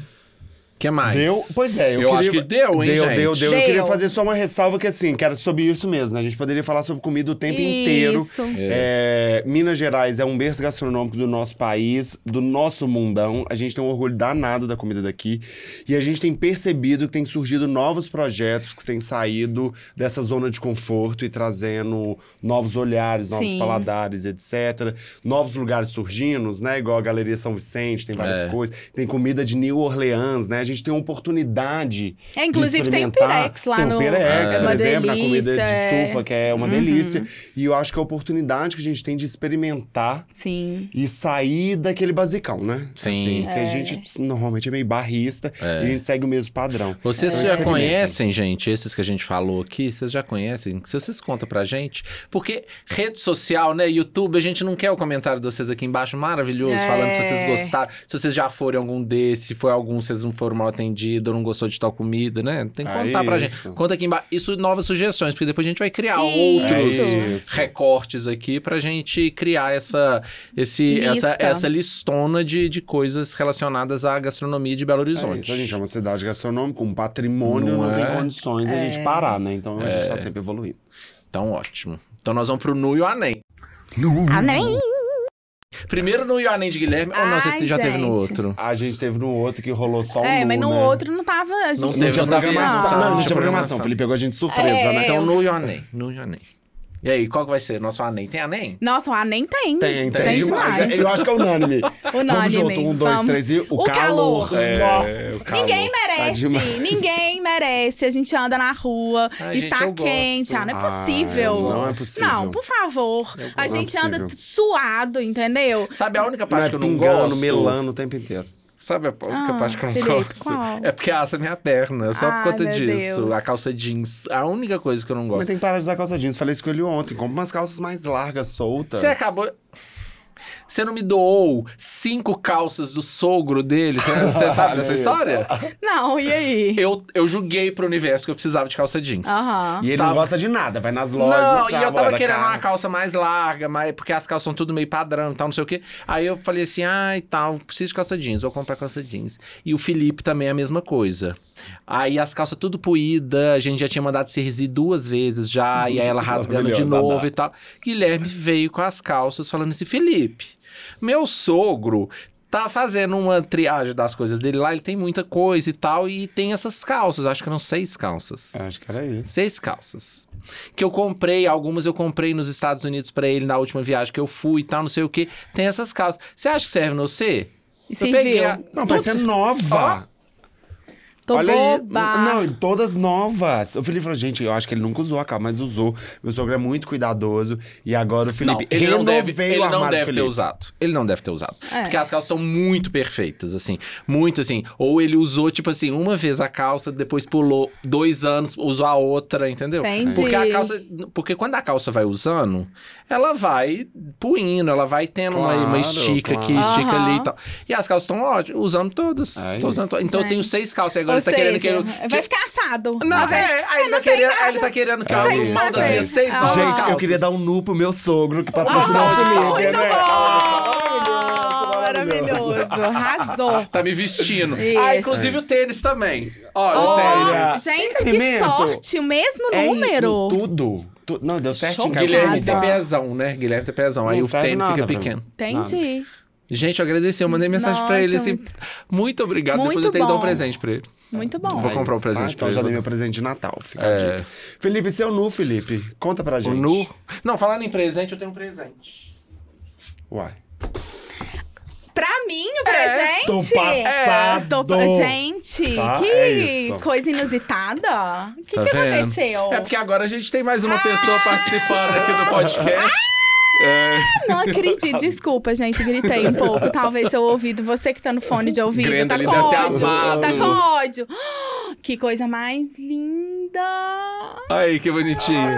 D: que mais?
B: Deu? Pois é, eu,
D: Eu
B: queria...
D: acho que deu, hein,
B: Deu,
D: gente?
B: deu, deu.
C: Deu.
B: Eu queria fazer só uma ressalva que, assim, que era sobre isso mesmo, né? A gente poderia falar sobre comida o tempo inteiro.
C: Isso.
B: É, Minas Gerais é um berço gastronômico do nosso país, do nosso mundão. A gente tem um orgulho danado da comida daqui. E a gente tem percebido que tem surgido novos projetos que têm saído dessa zona de conforto e trazendo novos olhares, novos
C: Sim.
B: paladares, etc. Novos lugares surgindo, né? Igual a Galeria São Vicente, tem várias
D: É.
B: coisas. Tem comida de New Orleans, né? A gente tem uma oportunidade.
C: É, inclusive tem
B: experimentar.
C: Pirex lá
B: tem
C: no.
B: o Pirex,
C: é
B: por
C: uma
B: exemplo, na comida
C: delícia,
B: de
C: é.
B: estufa, que é uma
C: Uhum.
B: delícia. E eu acho que a oportunidade que a gente tem de experimentar
C: Sim.
B: e sair daquele basicão, né?
D: Sim.
B: porque
C: É.
B: a gente normalmente é meio barrista
D: É.
B: e a gente segue o mesmo padrão.
D: Vocês
B: Então,
D: já
B: experimentem.
D: conhecem, gente, esses que a gente falou aqui? Vocês já conhecem? Se vocês contam pra gente. Porque rede social, né? YouTube, a gente não quer o comentário de vocês aqui embaixo maravilhoso,
C: É.
D: falando se vocês gostaram, se vocês já foram em algum desses, se foi algum, vocês não foram mal atendidos, ou não gostou de tal comida, né? Tem que
B: É
D: contar pra gente.
B: isso.
D: Conta aqui embaixo. Isso, novas sugestões, porque depois a gente vai criar
B: É
D: outros.
C: Isso.
B: isso.
D: recortes aqui pra gente criar essa, esse,
C: Lista.
D: essa, essa listona de, de coisas relacionadas à gastronomia de Belo
B: É
D: Horizonte.
B: isso, a gente é uma cidade gastronômica, um patrimônio,
D: Não
B: não, tem
D: é?
B: condições de a gente parar, né? Então a gente tá sempre evoluindo.
D: Então, ótimo. Então nós vamos pro Nu e o Anem. um.
B: Hum,
C: Amém?
D: Primeiro no Anem de Guilherme. Ou não,
C: Ai,
D: você já teve no
C: gente.
D: outro.
B: A gente teve no outro que rolou só um.
C: É, mas
B: nu,
C: no
B: né?
C: outro não tava. A gente
D: teve,
B: Não tinha
D: não tava
B: programação.
D: inventado,
B: Não, não
D: tinha programação.
B: tinha programação. Felipe pegou a gente de surpresa,
C: É,
B: né?
D: Então,
C: eu-
D: Nu e o Anem. Nu e o Anem. E aí, qual que vai ser? Nosso Anem. Tem Anem?
C: Nossa, o Anem tem.
B: Tem, tem,
C: tem
B: demais.
C: demais.
B: Eu acho que é unânime.
C: Unânime.
B: Vamos junto, um, dois,
C: Vamos.
B: três e o,
C: O calor.
B: É,
C: Nossa.
B: o calor.
C: Ninguém
B: Tá
C: merece,
B: demais.
C: ninguém merece. A gente anda na rua,
D: Ai, gente,
C: está
D: eu gosto.
C: quente. Ah, não é
B: Ai,
C: possível.
B: não é possível.
C: Não, por favor. a
B: gosto.
C: gente
B: Não é
C: anda
B: possível.
C: suado, entendeu?
D: Sabe a única
B: Não
D: parte
B: é
D: que eu não
B: pingando,
D: gosto?
B: melando o tempo inteiro.
D: Sabe a única
C: Ah,
D: parte que eu não
C: Felipe,
D: gosto?
C: qual?
D: É porque assa minha perna. é Só
C: Ai,
D: por conta
C: meu
D: disso.
C: Deus.
D: A calça jeans. A única coisa que eu não
B: Mas
D: gosto.
B: tem que parar de usar calça jeans. Falei isso com ele ontem. Compra umas calças mais largas, soltas.
D: Você acabou. Você não me doou cinco calças do sogro dele? Você, você sabe dessa história?
C: Não, e aí?
D: Eu, eu julguei pro universo que eu precisava de calça jeans.
C: Aham.
B: E ele
D: Tava-
B: não gosta de nada. Vai nas lojas.
D: Não, e
B: tchau,
D: eu tava
B: olha,
D: querendo
B: cara.
D: uma calça mais larga, mas, porque as calças são tudo meio padrão e tal, não sei o quê. Aí eu falei assim, ai e tal, preciso de calça jeans, vou comprar calça jeans. E o Felipe também é a mesma coisa. Aí as calças tudo puída, a gente já tinha mandado servir duas vezes já, e aí ela rasgando de
B: Maravilhosa,
D: novo
B: Adá.
D: e tal. Guilherme veio com as calças falando assim, Felipe, meu sogro tá fazendo uma triagem das coisas dele lá, ele tem muita coisa e tal, e tem essas calças, acho que eram seis calças
B: Acho que era isso.
D: seis calças. Que eu comprei, algumas eu comprei nos Estados Unidos pra ele na última viagem que eu fui e tal, não sei o que. Tem essas calças. Você acha que serve no você?
C: E
D: eu
C: você
D: peguei
C: viu?
D: a-
B: Não, mas você é nova.
C: Tô
B: aí.
C: boba.
B: Não, e todas novas. O Felipe falou, gente, eu acho que ele nunca usou a calça, mas usou. Meu sogro é muito cuidadoso. E agora o
D: Não,
B: Felipe
D: ele não deve,
B: renovei o
D: ele não
B: armário do
D: deve ter
B: Felipe.
D: usado. Ele não deve ter usado.
C: É.
D: Porque as calças estão muito perfeitas, assim. Muito assim. Ou ele usou, tipo assim, uma vez a calça, depois pulou dois anos, usou a outra, entendeu?
C: Entendi.
D: Porque a calça. Porque quando a calça vai usando, ela vai puindo, ela vai tendo uma- uma,
B: Claro,
D: estica
B: claro.
D: aqui, estica
C: Aham.
D: ali e tal. E as calças estão ótimas, usando todas.
B: É
D: tô usando
B: isso.
D: todas. Então eu tenho
C: Gente.
D: seis calças e agora
C: Ou
D: ele tá querendo que eu.
C: seja,
D: que-
C: Vai ficar assado.
D: Não,
C: vai.
D: é, aí ele, tá querendo, aí ele tá querendo que eu abra
B: isso,
D: mão das
B: é
D: minhas
B: isso.
D: seis
C: Ah.
D: novas
B: Gente, eu
D: calças.
B: queria dar um nu pro meu sogro que patrocinou
D: Ah,
B: o Felipe,
C: muito
B: né?
C: bom!
B: maravilhoso.
C: Maravilhoso. Arrasou.
D: Tá me vestindo.
C: Isso.
D: Ah, inclusive o tênis também. Olha, o tênis.
C: Oh,
B: Olha.
C: gente, que
B: Experimento.
C: sorte! O mesmo
B: É, e
C: número.
B: tudo. Tu- não, deu certo em
C: Chocada.
D: Guilherme
C: Nada.
D: tem pezão, né? Guilherme tem pezão. Aí
B: Tá. Não
D: o
B: serve
D: tênis
B: nada
D: fica
B: pra
D: pequeno.
C: Entendi.
D: Gente, eu agradeci. Eu mandei mensagem pra
C: Nossa,
D: ele assim. Muito obrigado. Depois
C: Muito
D: eu tenho que dar um
C: bom.
D: presente pra ele.
C: Muito bom.
D: Vou comprar um presente pra
B: Então
D: ele.
B: já dei meu presente de Natal. Fica
D: É.
B: a dica. Felipe, seu nu, Felipe. Conta pra
D: O
B: gente.
D: nu. Não, falando em presente, eu tenho um presente.
B: Uai.
C: Pra mim, o presente.
B: Tô passado.
C: É. Tô pa- Gente,
B: Tá,
C: que
B: é isso.
C: coisa inusitada. O que,
D: Tá
C: que
D: vendo?
C: aconteceu? Ah!
D: É porque agora a gente tem mais uma pessoa participando aqui do podcast. É,
C: Não acredito. Desculpa, gente, gritei um pouco. Talvez seu ouvido, você que tá no fone de ouvido,
D: Grendel,
C: tá com
D: ele deve ter
C: ódio.
D: amado.
C: Tá com ódio. Que coisa mais linda.
D: Aí, que bonitinho.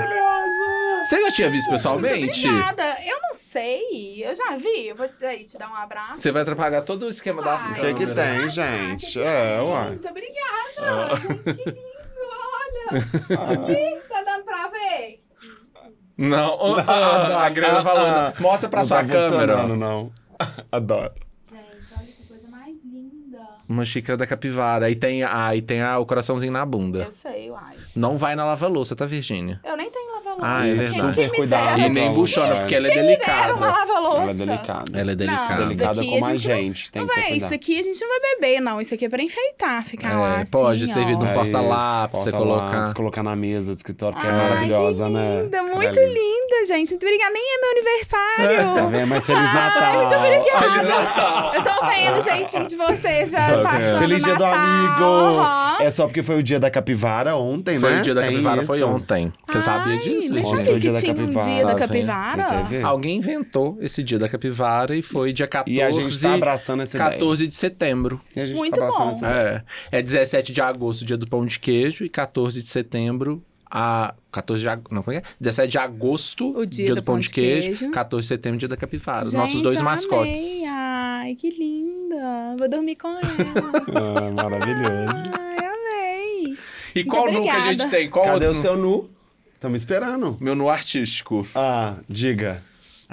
D: Você já tinha visto pessoalmente?
C: Obrigada. Eu não sei. Eu já vi. Eu vou aí te dar um abraço.
D: Você vai atrapalhar todo o esquema da
C: Ai,
B: O que que
D: câmera.
B: tem, gente? É, uai. Ah.
C: Muito obrigada. Gente, que lindo. Olha. Ih, Tá dando pra ver?
D: Não, ah, ah, a grana falando. Mostra pra
B: não
D: sua
B: tá
D: câmera.
B: funcionando, não. Adoro.
C: Gente, olha que coisa mais linda.
D: Uma xícara da capivara. Aí tem, ah, e tem ah, o coraçãozinho na bunda.
C: Eu sei, uai.
D: Não vai na lava-louça, tá, Virgínia?
C: Eu nem tenho lava lava-louça.
D: Ah, é
C: Quem
D: verdade.
C: que
B: Super
C: me
B: cuidado.
C: dera-
D: E nem buchona, porque ela é
C: né? Era uma
D: delicada.
C: lava-louça.
B: Ela é delicada.
D: Ela é
C: Não,
D: delicada.
C: isso
B: delicada
C: daqui
B: como
C: a
B: a
C: gente
B: gente. Tem
C: Não,
B: que ter
C: véi, isso
B: cuidado.
C: aqui a gente não vai beber, não. Isso aqui é pra enfeitar, ficar lá
D: É,
C: assim,
D: pode
C: ó.
D: servir de um
B: É
D: porta-lápis,
B: isso,
D: você
B: porta-lápis,
D: colocar.
B: Colocar na mesa do escritório, que é
C: Ai,
B: maravilhosa,
C: que
B: né?
C: linda,
B: Ela é
C: muito linda, gente. Muito obrigada. Nem é meu
B: Tá
C: aniversário.
B: vendo? Mas Feliz Natal!
C: Feliz Natal. Eu tô vendo, jeitinho de vocês já
B: Tá vendo?
C: passando
B: Feliz dia do
C: Natal.
B: amigo!
C: Aham.
B: É só porque foi o dia da capivara ontem, né?
D: Foi o dia da
B: Tem
D: capivara,
B: isso.
D: foi ontem. Você sabia
C: Ai,
D: disso?
C: Nem
D: gente?
B: Ontem
C: sabia
B: foi o
C: que
B: dia da
C: tinha um dia
B: capivara,
C: da
B: gente. é
C: capivara.
B: Você vê?
D: Alguém inventou esse dia da capivara e foi dia 14,
B: E a gente tá abraçando essa ideia.
D: 14 de setembro.
B: E a gente
C: Muito
B: tá abraçando
C: bom.
B: essa ideia.
D: É. é 17 de agosto, dia do pão de queijo, e 14 de setembro. A 14 de agosto, não, como é? que é? 17 de agosto,
C: O dia
D: do, pão de queijo, 14 de setembro, dia da capivara.
C: Gente,
D: Nossos dois
C: amei.
D: mascotes.
C: Ai, que linda. Vou dormir com ela.
B: Ah, maravilhoso.
C: Ai, amei.
D: E
C: Muito
D: qual nu que a
C: obrigada.
D: gente tem? Qual
B: Cadê
D: outro?
B: o seu nu? Tamo esperando.
D: Meu nu artístico.
B: Ah, diga.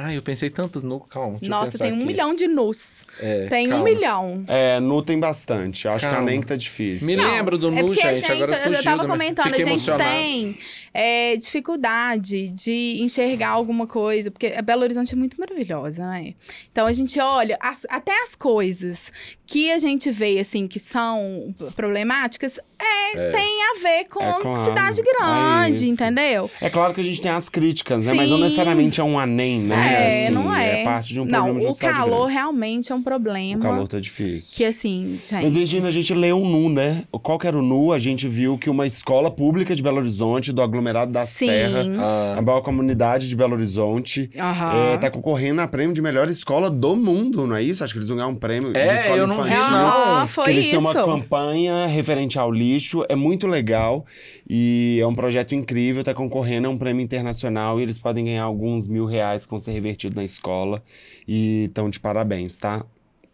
D: Ai, eu pensei tantos nu. Calma, deixa eu
C: Nossa,
D: pensar
C: tem um
D: aqui.
C: milhão de nus.
D: É,
C: tem um
D: calma.
C: milhão.
B: É, nu tem bastante. Acho que
D: Calma.
B: nem que tá difícil.
D: Me lembro do
C: é
D: nu,
C: porque,
D: gente,
C: a
D: agora
C: eu-
D: fugiu
C: eu tava
D: da minha-
C: comentando, a
D: Fiquei
C: gente
D: emocionado.
C: tem é, dificuldade de enxergar alguma coisa, porque a Belo Horizonte é muito maravilhosa, né? Então a gente olha, as- até as coisas que a gente vê, assim, que são problemáticas, é, tem a ver com
B: É claro.
C: cidade
B: É
C: grande,
B: isso.
C: entendeu?
B: É claro que a gente tem as críticas, né? Mas não
C: Sim.
B: necessariamente é um anem, né?
C: É,
B: Assim,
C: não é.
B: É parte de um
C: não,
B: problema de uma
C: o
B: cidade
C: calor
B: grande.
C: realmente é um problema.
B: O calor tá difícil.
C: Que assim, gente.
B: Mas, Regina, a gente leu um nu, né? Qual que era o nu? A gente viu que uma escola pública de Belo Horizonte, do aglomerado da
C: sim.
B: Serra,
D: Ah.
B: a maior comunidade de Belo Horizonte,
C: Aham.
B: é, tá concorrendo a prêmio de melhor escola do mundo, não é isso? Acho que eles vão ganhar um prêmio de
D: É,
B: escola
D: eu não vi,
B: infantil.
C: não. Ah, foi
B: que eles têm uma
C: isso.
B: campanha referente ao lixo, é muito legal e é um projeto incrível, tá concorrendo a um prêmio internacional e eles podem ganhar alguns mil reais que vão ser revertidos na escola e estão de parabéns, tá?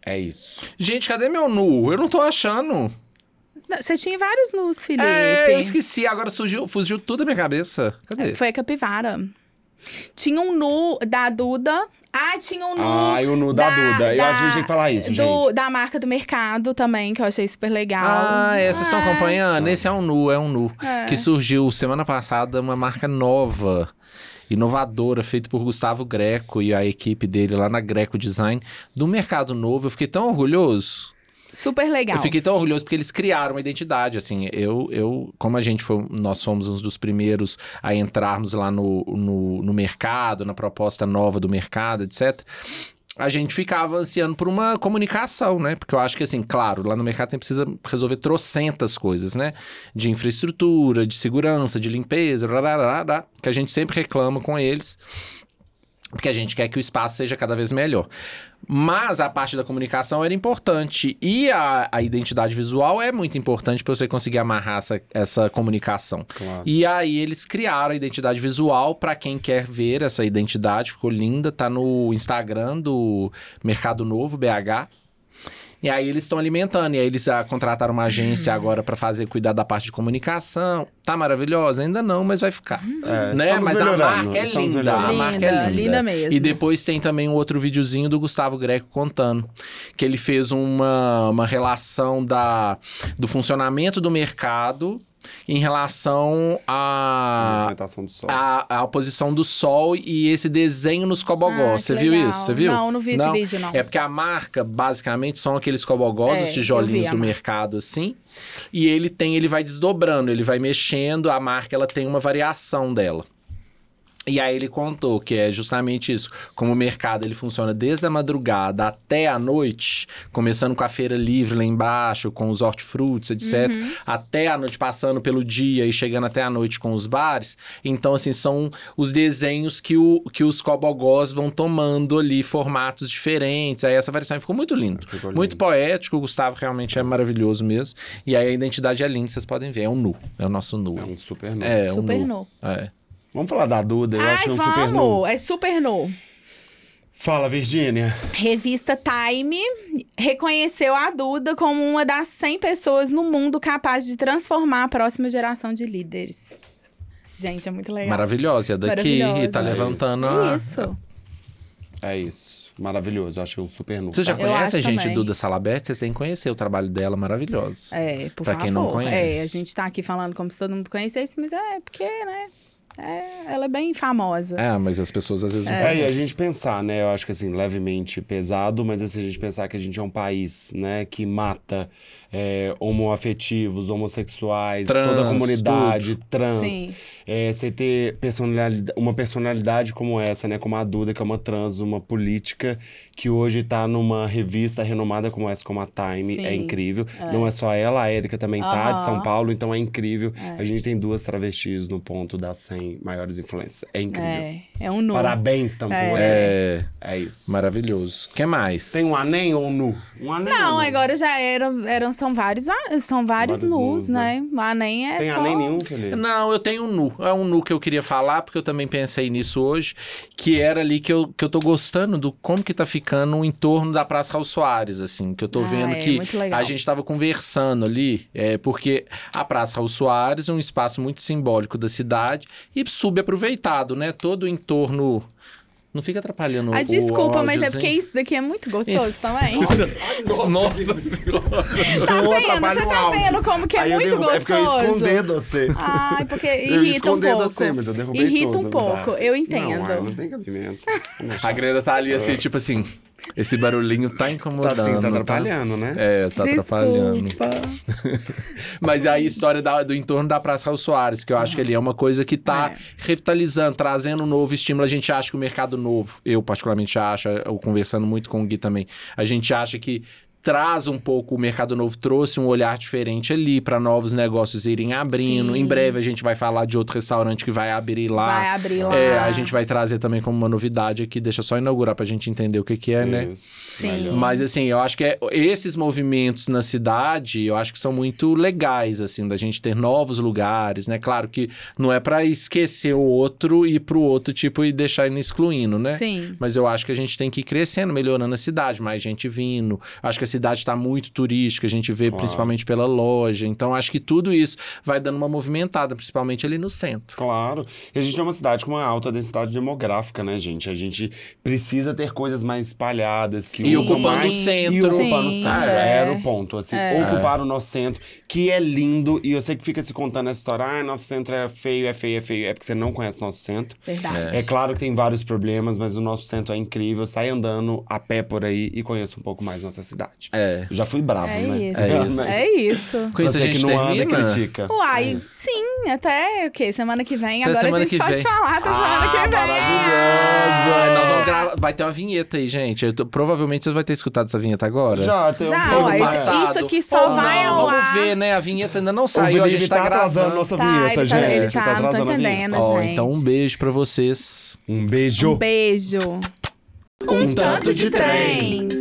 B: É isso.
D: Gente, cadê meu nu? Eu não tô achando.
C: Você tinha vários nus, Felipe.
D: É, eu esqueci. Agora surgiu, fugiu tudo da minha cabeça. Cadê?
C: É, Foi a capivara. Tinha um nu da Duda. Ah, tinha um nu.
B: Ah, e o nu da, Duda. Eu acho que a gente tem que falar isso,
C: do-
B: gente.
C: Da marca do mercado também, que eu achei super legal.
D: Ah, é, vocês estão
C: Ah,
D: acompanhando? Esse é um nu, é um nu.
C: É.
D: Que surgiu semana passada, uma marca nova, inovadora, feita por Gustavo Greco e a equipe dele lá na Greco Design, do Mercado Novo. Eu fiquei tão orgulhoso.
C: Super legal.
D: Eu fiquei tão orgulhoso porque eles criaram uma identidade, assim, eu, eu como a gente foi, nós fomos uns dos primeiros a entrarmos lá no, no, no mercado, na proposta nova do mercado, etc., a gente ficava ansiando por uma comunicação, né? Porque eu acho que, assim, claro, lá no mercado tem precisa resolver trocentas coisas, né? De infraestrutura, de segurança, de limpeza, rararará, que a gente sempre reclama com eles, porque a gente quer que o espaço seja cada vez melhor. Mas a parte da comunicação era importante. E a, a identidade visual é muito importante para você conseguir amarrar essa, essa comunicação.
B: Claro.
D: E aí eles criaram a identidade visual para quem quer ver essa identidade. Ficou linda, tá no Instagram do Mercado Novo BH. E aí eles estão alimentando, e aí eles ah, contrataram uma agência agora para fazer cuidar da parte de comunicação. Tá maravilhosa? Ainda não, mas vai ficar.
B: É,
D: né?
B: estamos
D: Mas a
B: melhorando,
D: marca é
B: estamos
D: linda.
B: melhorando.
D: A marca é linda.
C: linda mesmo.
D: E depois tem também um outro videozinho do Gustavo Greco contando. Que ele fez uma, uma relação da, do funcionamento do mercado em relação
B: A
D: à
B: alimentação do sol.
D: a, a oposição do sol e esse desenho nos cobogós.
C: Ah, que
D: Você viu
C: legal.
D: isso? Você viu?
C: Não, não vi esse
D: Não?
C: vídeo, não.
D: É porque a marca, basicamente, são aqueles cobogós, os
C: É, eu vi
D: tijolinhos
C: a
D: do
C: marca.
D: mercado, assim. E ele tem, ele vai desdobrando, ele vai mexendo, a marca ela tem uma variação dela. E aí ele contou que é justamente isso, como o mercado ele funciona desde a madrugada até a noite, começando com a feira livre lá embaixo, com os hortifrutis, etc, até a noite passando pelo dia e chegando até a noite com os bares. Então assim, são os desenhos que, o, que os cobogós vão tomando ali, formatos diferentes. Aí essa variação ficou muito lindo.
B: Ficou
D: Muito
B: lindo.
D: poético, o Gustavo realmente é maravilhoso mesmo. E aí a identidade é linda, vocês podem ver, é um nu, é o nosso nu.
B: É um super nu.
D: É, um
C: Super
D: nu.
C: nu.
D: É.
B: Vamos falar da Duda, eu acho
C: Ai,
B: que é um
C: vamos!
B: super nu.
C: É super nu.
B: Fala, Virgínia.
C: Revista Time reconheceu a Duda como uma das 100 pessoas no mundo capaz de transformar a próxima geração de líderes. Gente, é muito legal.
D: Maravilhosa, é daqui e tá
C: Maravilhosa.
D: levantando
C: Que
D: a...
C: Isso.
B: É isso. Maravilhoso, eu achei um super nu.
D: Você já
B: tá?
C: Eu
D: conhece
C: acho
D: a gente
C: também.
D: Duda Salabert? Vocês têm que conhecer o trabalho dela, maravilhoso.
C: É, por
D: Pra
C: favor.
D: quem não conhece.
C: É, a gente tá aqui falando como se todo mundo conhecesse, mas é porque, né? É, ela é bem famosa.
D: É, mas as pessoas às vezes não
B: É, e a gente pensar, né? Eu acho que assim, levemente pesado, mas assim, a gente pensar que a gente é um país, né, que mata é, homoafetivos, homossexuais,
D: Trans,
B: toda a comunidade,
C: Sim.
B: trans. É, você ter personalidade, uma personalidade como essa, né? Como a Duda, que é uma trans, uma política que hoje tá numa revista renomada como essa, como a Time,
C: Sim.
B: é incrível. Não é só ela, a Érica também tá, de São
C: Aham.
B: Paulo, então é incrível. A gente tem duas travestis no ponto das 100 maiores influências. É incrível.
C: É, é um nome.
B: Parabéns, Tambor.
C: É.
B: É.
D: É,
B: é isso.
D: maravilhoso. O que mais?
B: Tem um anem ou um nu? Um anem
C: Não, é
B: ou nu?
C: agora já eram, eram são vários, a- são vários,
B: Vários
C: nus,
B: nus,
C: né?
B: né?
C: Mas nem é
B: Tem
C: só...
B: anem nenhum, Felipe?
D: Não, eu tenho um nu. É um nu que eu queria falar, porque eu também pensei nisso hoje, que era ali que eu, que eu tô gostando do como que tá ficando o entorno da Praça Raul Soares, assim, que eu tô
C: Ah,
D: vendo
C: é,
D: que
C: muito legal.
D: a gente tava conversando ali, é, porque a Praça Raul Soares é um espaço muito simbólico da cidade e subaproveitado, né? Todo o entorno... Não fica atrapalhando
C: Ah,
D: o- o
C: desculpa, mas é
D: áudiozinho.
C: porque isso daqui é muito gostoso também.
D: Nossa senhora!
C: Tá
B: Não
C: vendo?
B: atrapalha
C: Você
B: o
C: tá
B: áudio.
C: vendo como que é
B: Aí eu
C: muito
B: derrubei-
C: gostoso?
B: É porque eu escondi você.
C: Ai, porque
B: eu
C: irrita um
B: escondi
C: pouco.
B: você, mas eu derrubei
C: irrita
B: tudo,
C: um
B: não
C: pouco,
B: dá.
C: eu entendo.
B: Não, ai, não tem cabimento. Vamos
D: A
B: deixar.
D: Greta tá ali assim, tipo assim, esse barulhinho tá
B: Tá
D: incomodando.
B: assim, tá atrapalhando, né?
D: É, tá atrapalhando.
C: Desculpa.
D: Mas aí a história da- do entorno da Praça Raul Soares, que eu acho que ali é uma coisa que tá
C: É.
D: revitalizando, trazendo um novo estímulo. A gente acha que o mercado novo, eu particularmente acho, eu conversando muito com o Gui também, a gente acha que traz um pouco, o mercado novo trouxe um olhar diferente ali pra novos negócios irem abrindo.
C: Sim.
D: Em breve a gente vai falar de outro restaurante que vai abrir lá.
C: Vai abrir lá.
D: É, a gente vai trazer também como uma novidade aqui, deixa só inaugurar pra gente entender o que que é, né?
B: Isso.
C: Sim.
D: Mas assim, eu acho que é- esses movimentos na cidade, eu acho que são muito legais, assim, da gente ter novos lugares, né? Claro que não é pra esquecer o outro e ir pro outro, tipo, e deixar ele excluindo, né?
C: Sim.
D: Mas eu acho que a gente tem que ir crescendo, melhorando a cidade, mais gente vindo. Acho que a cidade está muito turística, a gente vê
B: Claro.
D: principalmente pela loja. Então acho que tudo isso vai dando uma movimentada, principalmente ali no centro.
B: Claro. E a gente é uma cidade com uma alta densidade demográfica, né, gente? A gente precisa ter coisas mais espalhadas que
D: E
B: usam
D: ocupando
B: mais
D: o centro.
B: E ocupando o
C: Sim,
B: centro.
C: é.
B: Era o ponto. Assim,
C: É.
B: ocupar o nosso centro, que é lindo. E eu sei que fica se contando essa história: ah, nosso centro é feio, é feio, é feio. É porque você não conhece nosso centro.
C: Verdade.
B: É claro que tem vários problemas, mas o nosso centro é incrível. Sai andando a pé por aí e conheça um pouco mais nossa cidade.
D: É.
B: Eu já fui bravo,
C: É
B: né?
C: isso.
D: É isso.
C: É isso.
D: Com isso a
B: Você
D: gente
B: que não anda e
D: termina.
B: critica.
C: Uai,
B: É isso.
C: sim, até o quê? Semana que vem.
D: Até
C: Agora a
D: semana
C: gente
D: que
C: pode
D: vem.
C: falar até semana que vem.
D: Maravilhoso! É, Nós vamos gravar. Vai ter uma vinheta aí, gente. Eu tô- Provavelmente vocês vão ter escutado essa vinheta agora.
B: Já, tem
C: Já,
B: um
C: ó,
B: pouco
C: esse-
B: mais.
D: Passado.
C: isso aqui só
D: Ou
C: vai
D: não,
C: ao
D: Vamos
C: ar.
D: ver, né? A vinheta ainda não saiu, a gente tá,
B: atrasando
D: gravando.
B: nossa
C: Tá,
B: vinheta,
C: ele tá-
B: gente.
C: ele tá- não tô
B: atrasando a vinheta.
C: entendendo.
D: Ó,
C: gente.
D: então um beijo pra vocês.
B: Um beijo.
C: Um beijo.
A: Um tanto de trem.
C: trem.